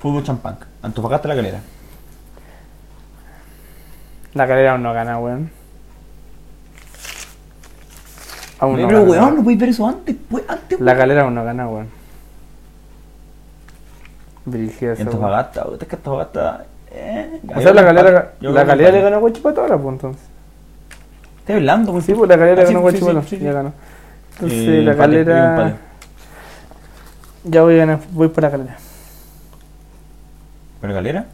Speaker 1: Fútbol champán. Antofagasta la calera.
Speaker 2: La calera aún no gana, weón. Aún no
Speaker 1: Eh, pero
Speaker 2: gana.
Speaker 1: weón, no podéis ver eso antes, pues, antes,
Speaker 2: La calera aún no gana, weón. Brígido
Speaker 1: Y
Speaker 2: eso, weón.
Speaker 1: Antofagasta, weón, es que Antofagasta. Eh,
Speaker 2: O sea, la calera,
Speaker 1: empate. Yo creo
Speaker 2: la
Speaker 1: que
Speaker 2: calera le
Speaker 1: empate.
Speaker 2: ganó a Huachipato ahora, pues entonces.
Speaker 1: Estoy hablando, weón.
Speaker 2: Sí, pues la calera
Speaker 1: Ah,
Speaker 2: le
Speaker 1: sí,
Speaker 2: ganó a
Speaker 1: sí, sí,
Speaker 2: Huachipato.
Speaker 1: sí, sí.
Speaker 2: Ya ganó. Entonces,
Speaker 1: Eh,
Speaker 2: la
Speaker 1: empate, yo
Speaker 2: calera.
Speaker 1: empate.
Speaker 2: Ya voy a ganar, voy por la calera.
Speaker 1: ¿Pero calera?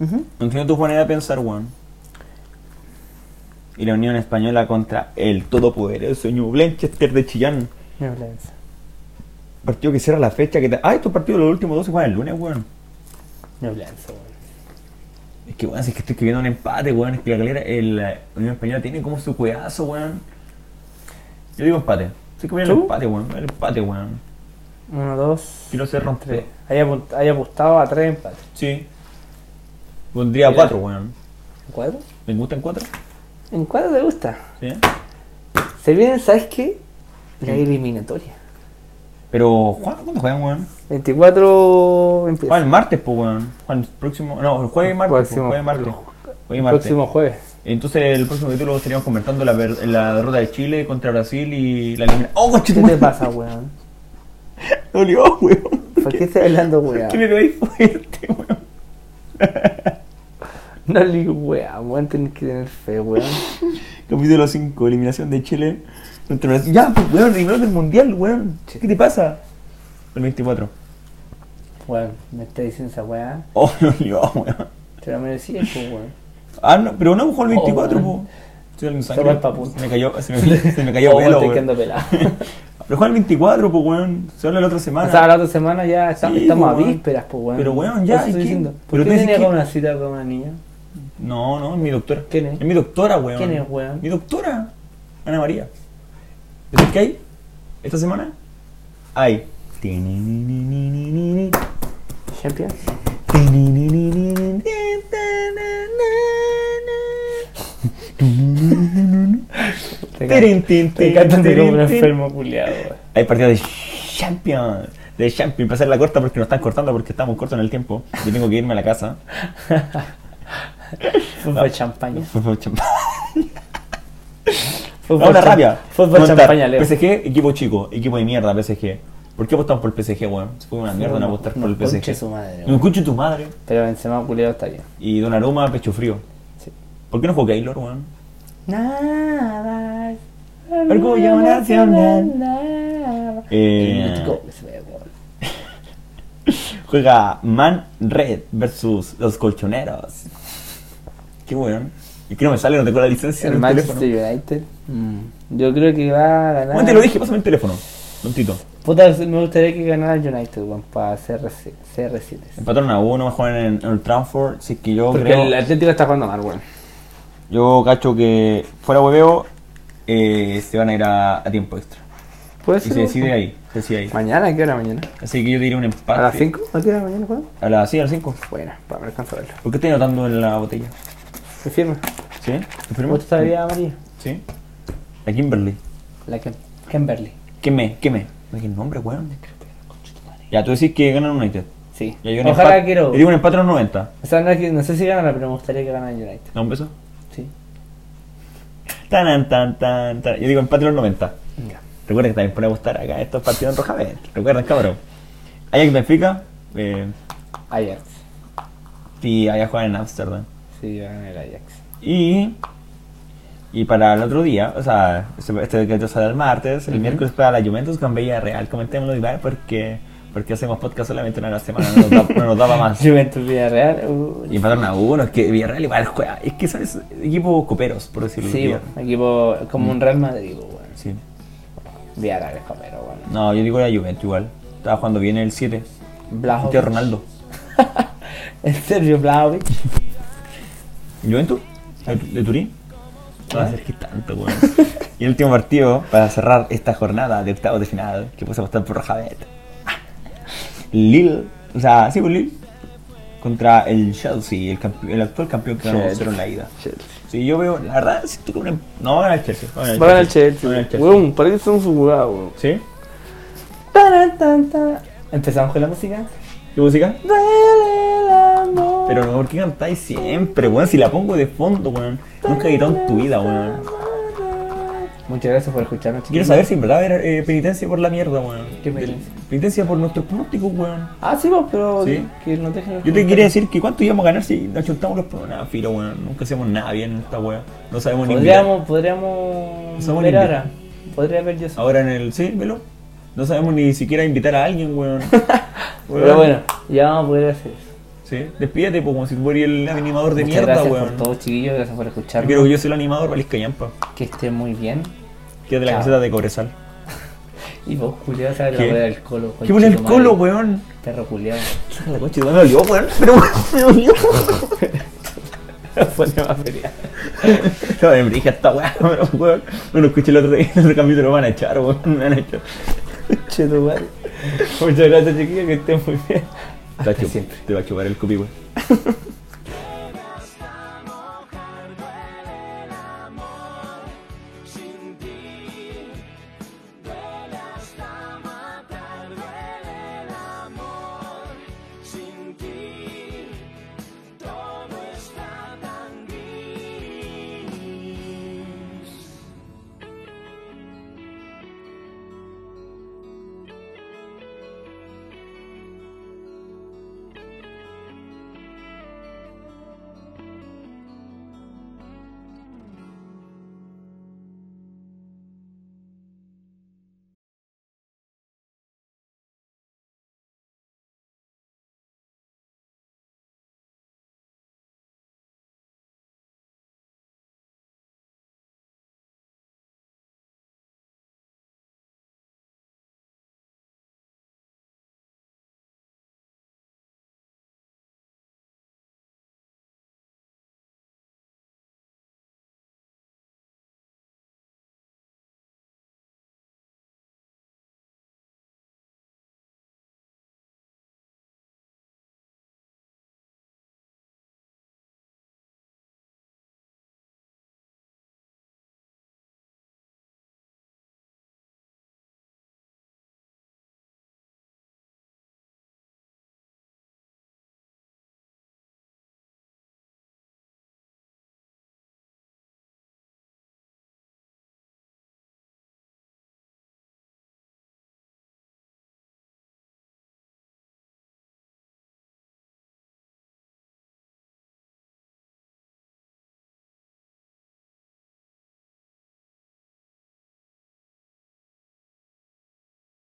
Speaker 1: No entiendo tu manera de pensar, weón. Y la Unión Española contra el todopoderoso New Blanchester de Chillán.
Speaker 2: Mi violencia.
Speaker 1: Partido que cierra la fecha. Que te- Ah, estos partidos los últimos dos se juegan el lunes, weón.
Speaker 2: Mi violencia, weón.
Speaker 1: Es que, weón, si es que estoy escribiendo un empate, weón. Es que la calera, el, la Unión Española tiene como su cuedazo, weón. Yo digo empate. Sí que voy al
Speaker 2: ¿Tú?
Speaker 1: empate, weón. El empate, weón.
Speaker 2: Uno, dos,
Speaker 1: Quiero ser
Speaker 2: tres.
Speaker 1: romper.
Speaker 2: Ahí apunt- ahí apostado a tres empates.
Speaker 1: Sí. Pondría
Speaker 2: Mira.
Speaker 1: cuatro, weón.
Speaker 2: ¿En cuatro?
Speaker 1: ¿Me gustan cuatro?
Speaker 2: ¿En cuatro te gusta?
Speaker 1: Sí.
Speaker 2: Se viene, ¿sabes qué? La
Speaker 1: Mm.
Speaker 2: eliminatoria.
Speaker 1: Pero, Juan, ¿cuándo juegan, weón?
Speaker 2: 24 empieza.
Speaker 1: Juega el martes, pues, weón. Juega el próximo. No, el jueves y martes. pues,
Speaker 2: Próximo.
Speaker 1: jueves y martes. Jueves y martes.
Speaker 2: Próximo jueves.
Speaker 1: Entonces, el próximo capítulo estaríamos comentando la, ver- la derrota de Chile contra Brasil y la eliminación. ¡Oh, coche,
Speaker 2: ¿Qué te pasa, weón?
Speaker 1: Dolió, weón.
Speaker 2: ¿Por qué estás hablando, weón?
Speaker 1: Que me doy fuerte, weón.
Speaker 2: No le weón, weón, tenés que tener fe, weón.
Speaker 1: Capítulo 5, eliminación de Chile contra Brasil. Ya, pues, weón, eliminaron del mundial, weón. ¿Qué te pasa? El 24.
Speaker 2: Weón, me está diciendo esa weá.
Speaker 1: Oh, dolió, weón.
Speaker 2: Te la merecías, pues, weón.
Speaker 1: Ah, no, pero no jugó el 24,
Speaker 2: Oh,
Speaker 1: po.
Speaker 2: weón.
Speaker 1: Se me
Speaker 2: Se va el papu.
Speaker 1: Se me cayó, se me, se me cayó
Speaker 2: Oh,
Speaker 1: pelo,
Speaker 2: estoy
Speaker 1: weón.
Speaker 2: quedando pelado.
Speaker 1: Pero juega el 24, pues, weón. Se habla la otra semana.
Speaker 2: O sea, la otra semana ya está-
Speaker 1: Sí,
Speaker 2: estamos
Speaker 1: pues,
Speaker 2: a
Speaker 1: weón.
Speaker 2: vísperas, pues, weón.
Speaker 1: Pero, weón, ya,
Speaker 2: Por eso
Speaker 1: ¿y
Speaker 2: estoy
Speaker 1: qué?
Speaker 2: diciendo.
Speaker 1: Pero
Speaker 2: ¿Por qué
Speaker 1: tú dices
Speaker 2: tenía
Speaker 1: que-
Speaker 2: como una cita con una niña?
Speaker 1: No, no, es mi doctora.
Speaker 2: ¿Quién es?
Speaker 1: mi doctora, weón.
Speaker 2: ¿Quién es, weón?
Speaker 1: Mi doctora, Ana María. ¿Sabes qué hay? ¿Esta semana? Hay. Tininininini,
Speaker 2: ¿Champions?
Speaker 1: tininininini,
Speaker 2: Te
Speaker 1: tirin, tin,
Speaker 2: Te
Speaker 1: tin,
Speaker 2: cantan de
Speaker 1: tirin,
Speaker 2: como un
Speaker 1: tin.
Speaker 2: enfermo culiado, weón.
Speaker 1: Hay partido de Champions. De Champions. Para hacerla corta porque nos están cortando porque estamos cortos en el tiempo. Yo tengo que irme a la casa.
Speaker 2: Fútbol champaña.
Speaker 1: Fútbol champ-
Speaker 2: Fútbol
Speaker 1: Vamos a la
Speaker 2: cham-
Speaker 1: rabia.
Speaker 2: Fútbol
Speaker 1: Vamos a
Speaker 2: champaña,
Speaker 1: estar.
Speaker 2: Leo.
Speaker 1: PSG, equipo chico, equipo de mierda, PSG. ¿Por qué apostamos por el PSG, weón? Se fue una mierda no apostar por el
Speaker 2: No,
Speaker 1: PSG.
Speaker 2: conche su madre,
Speaker 1: No
Speaker 2: weón.
Speaker 1: escucho tu madre.
Speaker 2: Pero Benzema culiado está bien.
Speaker 1: Y Donnarumma, pecho frío.
Speaker 2: Sí.
Speaker 1: ¿Por qué no jugó Keylor, weón?
Speaker 2: Nada.
Speaker 1: Orgullo nacional. Eh, juega Man Red versus los colchoneros. Qué bueno. Y que no me sale, no tengo la licencia.
Speaker 2: El
Speaker 1: en teléfono.
Speaker 2: Manchester United. Mm. Yo creo que va a ganar.
Speaker 1: Bueno, te lo dije, pásame el teléfono. Tontito.
Speaker 2: Puta, me gustaría que ganara el United, weón, para CR7. CR7.
Speaker 1: Empataron a uno, mejor en, en el Transfer. Si es que yo
Speaker 2: Porque
Speaker 1: creo.
Speaker 2: el Atlético está jugando mal, weón.
Speaker 1: Yo cacho que fuera hueveo, eh, se van a ir a, a tiempo extra.
Speaker 2: Puede
Speaker 1: Y
Speaker 2: ser.
Speaker 1: se decide
Speaker 2: weón.
Speaker 1: ahí. Ah, Se decide ahí.
Speaker 2: Mañana, ¿a qué hora mañana?
Speaker 1: Así que yo diría un empate.
Speaker 2: ¿A las 5? ¿A qué hora mañana, weón?
Speaker 1: A las sí, a las 5.
Speaker 2: Buena, para me alcanza a verlo.
Speaker 1: ¿Por qué estoy anotando en la botella?
Speaker 2: ¿Me firma?
Speaker 1: ¿Sí? ¿Te
Speaker 2: ¿Cómo
Speaker 1: firmo?
Speaker 2: te sabía, María?
Speaker 1: Sí. La Kimberly.
Speaker 2: La Kem Kimberly.
Speaker 1: ¿Qué me? ¿Qué me? ¿Qué nombre, weón? Ya, tú decís que ganan United.
Speaker 2: Sí.
Speaker 1: Ya, yo un
Speaker 2: Ojalá
Speaker 1: empate-
Speaker 2: quiero.
Speaker 1: Yo digo un empate a los 90.
Speaker 2: O sea, no, es que- no sé si ganará, pero me gustaría que ganara el United.
Speaker 1: ¿Da un beso?
Speaker 2: Sí.
Speaker 1: Tan, tan, tan, tan. Yo digo empate a los 90.
Speaker 2: Venga.
Speaker 1: Recuerden que también pueden gustar acá estos partidos en roja verde. Recuerden, cabrón. Ajax Benfica. Eh,
Speaker 2: Ajax.
Speaker 1: y allá juegan en Amsterdam.
Speaker 2: Sí, yo gané el Ajax.
Speaker 1: Y, y para el otro día, o sea, este este que sale el martes, el
Speaker 2: Ujú.
Speaker 1: miércoles para la Juventus con Villarreal. Comentémoslo igual porque, porque hacemos podcast solamente una a la semana, no nos, da- no nos daba más.
Speaker 2: Juventus Villarreal. uh,
Speaker 1: Y empataron a uno, es que Villarreal igual juega. Es que son esos equipos coperos, por decirlo
Speaker 2: sí,
Speaker 1: así.
Speaker 2: weón, equipo como
Speaker 1: Mm.
Speaker 2: un Real Madrid, weón.
Speaker 1: Sí.
Speaker 2: Villarreal es comero, weón.
Speaker 1: No, yo digo la Juventus igual. Estaba jugando bien el 7.
Speaker 2: Blajovic.
Speaker 1: Tío Ronaldo.
Speaker 2: el Sergio Blajovic.
Speaker 1: ¿Juventus? ¿De- ¿De Turín? No va a ser que tanto, weón. y el último partido para cerrar esta jornada de octavos de final, que puse bastante por Rajavet. Lille, o sea, sí, pues Lille. Contra el Chelsea, el, campe- el actual campeón que ganó
Speaker 2: Chelsea.
Speaker 1: 0 en la ida. Sí, yo veo, la verdad, siento que una- no va a ganar el Chelsea. Va a
Speaker 2: Va a ganar el
Speaker 1: Va a
Speaker 2: Chelsea.
Speaker 1: ganar el
Speaker 2: Weón, para que son su jugada, weón.
Speaker 1: ¿Sí?
Speaker 2: Taran, tan, tan. Empezamos con la música.
Speaker 1: ¿Qué música?
Speaker 2: Duele el amor.
Speaker 1: Pero no, ¿por qué cantáis siempre, weón? Si la pongo de fondo, weón. Nunca he gritado en tu vida, weón.
Speaker 2: Muchas gracias por escucharnos,
Speaker 1: Quiero
Speaker 2: chiquillos.
Speaker 1: saber si en verdad va a haber eh, penitencia por la mierda, weón.
Speaker 2: ¿Qué
Speaker 1: Del-
Speaker 2: penitencia?
Speaker 1: Penitencia por nuestros pronósticos, weón.
Speaker 2: Ah, sí, vos, pero
Speaker 1: Sí.
Speaker 2: que no dejen los
Speaker 1: Yo te quería
Speaker 2: comentarios.
Speaker 1: decir que cuánto íbamos a ganar si nos chuntamos los pronósticos. Filo, weón. Nunca hacemos nada bien en esta weón. No sabemos ni invitar.
Speaker 2: Podríamos, podríamos
Speaker 1: Somos Ah,
Speaker 2: ver
Speaker 1: limpios.
Speaker 2: ahora. Podría ver yo solo.
Speaker 1: Ahora en el. Sí, velo. No sabemos ni siquiera invitar a alguien, weón.
Speaker 2: Pero bueno, ya vamos a poder hacer eso.
Speaker 1: Sí, despídete, pues, como si fuera el animador de
Speaker 2: Muchas
Speaker 1: mierda,
Speaker 2: gracias
Speaker 1: weón.
Speaker 2: por todo, chiquillos. Gracias por
Speaker 1: Yo
Speaker 2: escucharnos.
Speaker 1: quiero que yo sea el animador, valis callampa.
Speaker 2: Que estén muy bien.
Speaker 1: Quédate la
Speaker 2: Chao.
Speaker 1: camiseta de Cobresal.
Speaker 2: Y vos, culiado, sabes
Speaker 1: ¿Qué?
Speaker 2: la wea del colo.
Speaker 1: ¿Qué pone el
Speaker 2: conchetumare.
Speaker 1: colo, weón?
Speaker 2: Perro culiado.
Speaker 1: La concha, me dolió, weón. Pero me dolió.
Speaker 2: Ponle más feria.
Speaker 1: No, me brilla esta weá, pero weón. No lo escuché el otro día, el otro capítulo lo van a echar, weón. Me van a echar.
Speaker 2: Chetumare. Muchas gracias, chiquillos. Que estén muy
Speaker 1: Te va
Speaker 2: bien.
Speaker 1: a
Speaker 2: Hasta
Speaker 1: chupar-
Speaker 2: siempre.
Speaker 1: Te va a chupar el cupi, weón.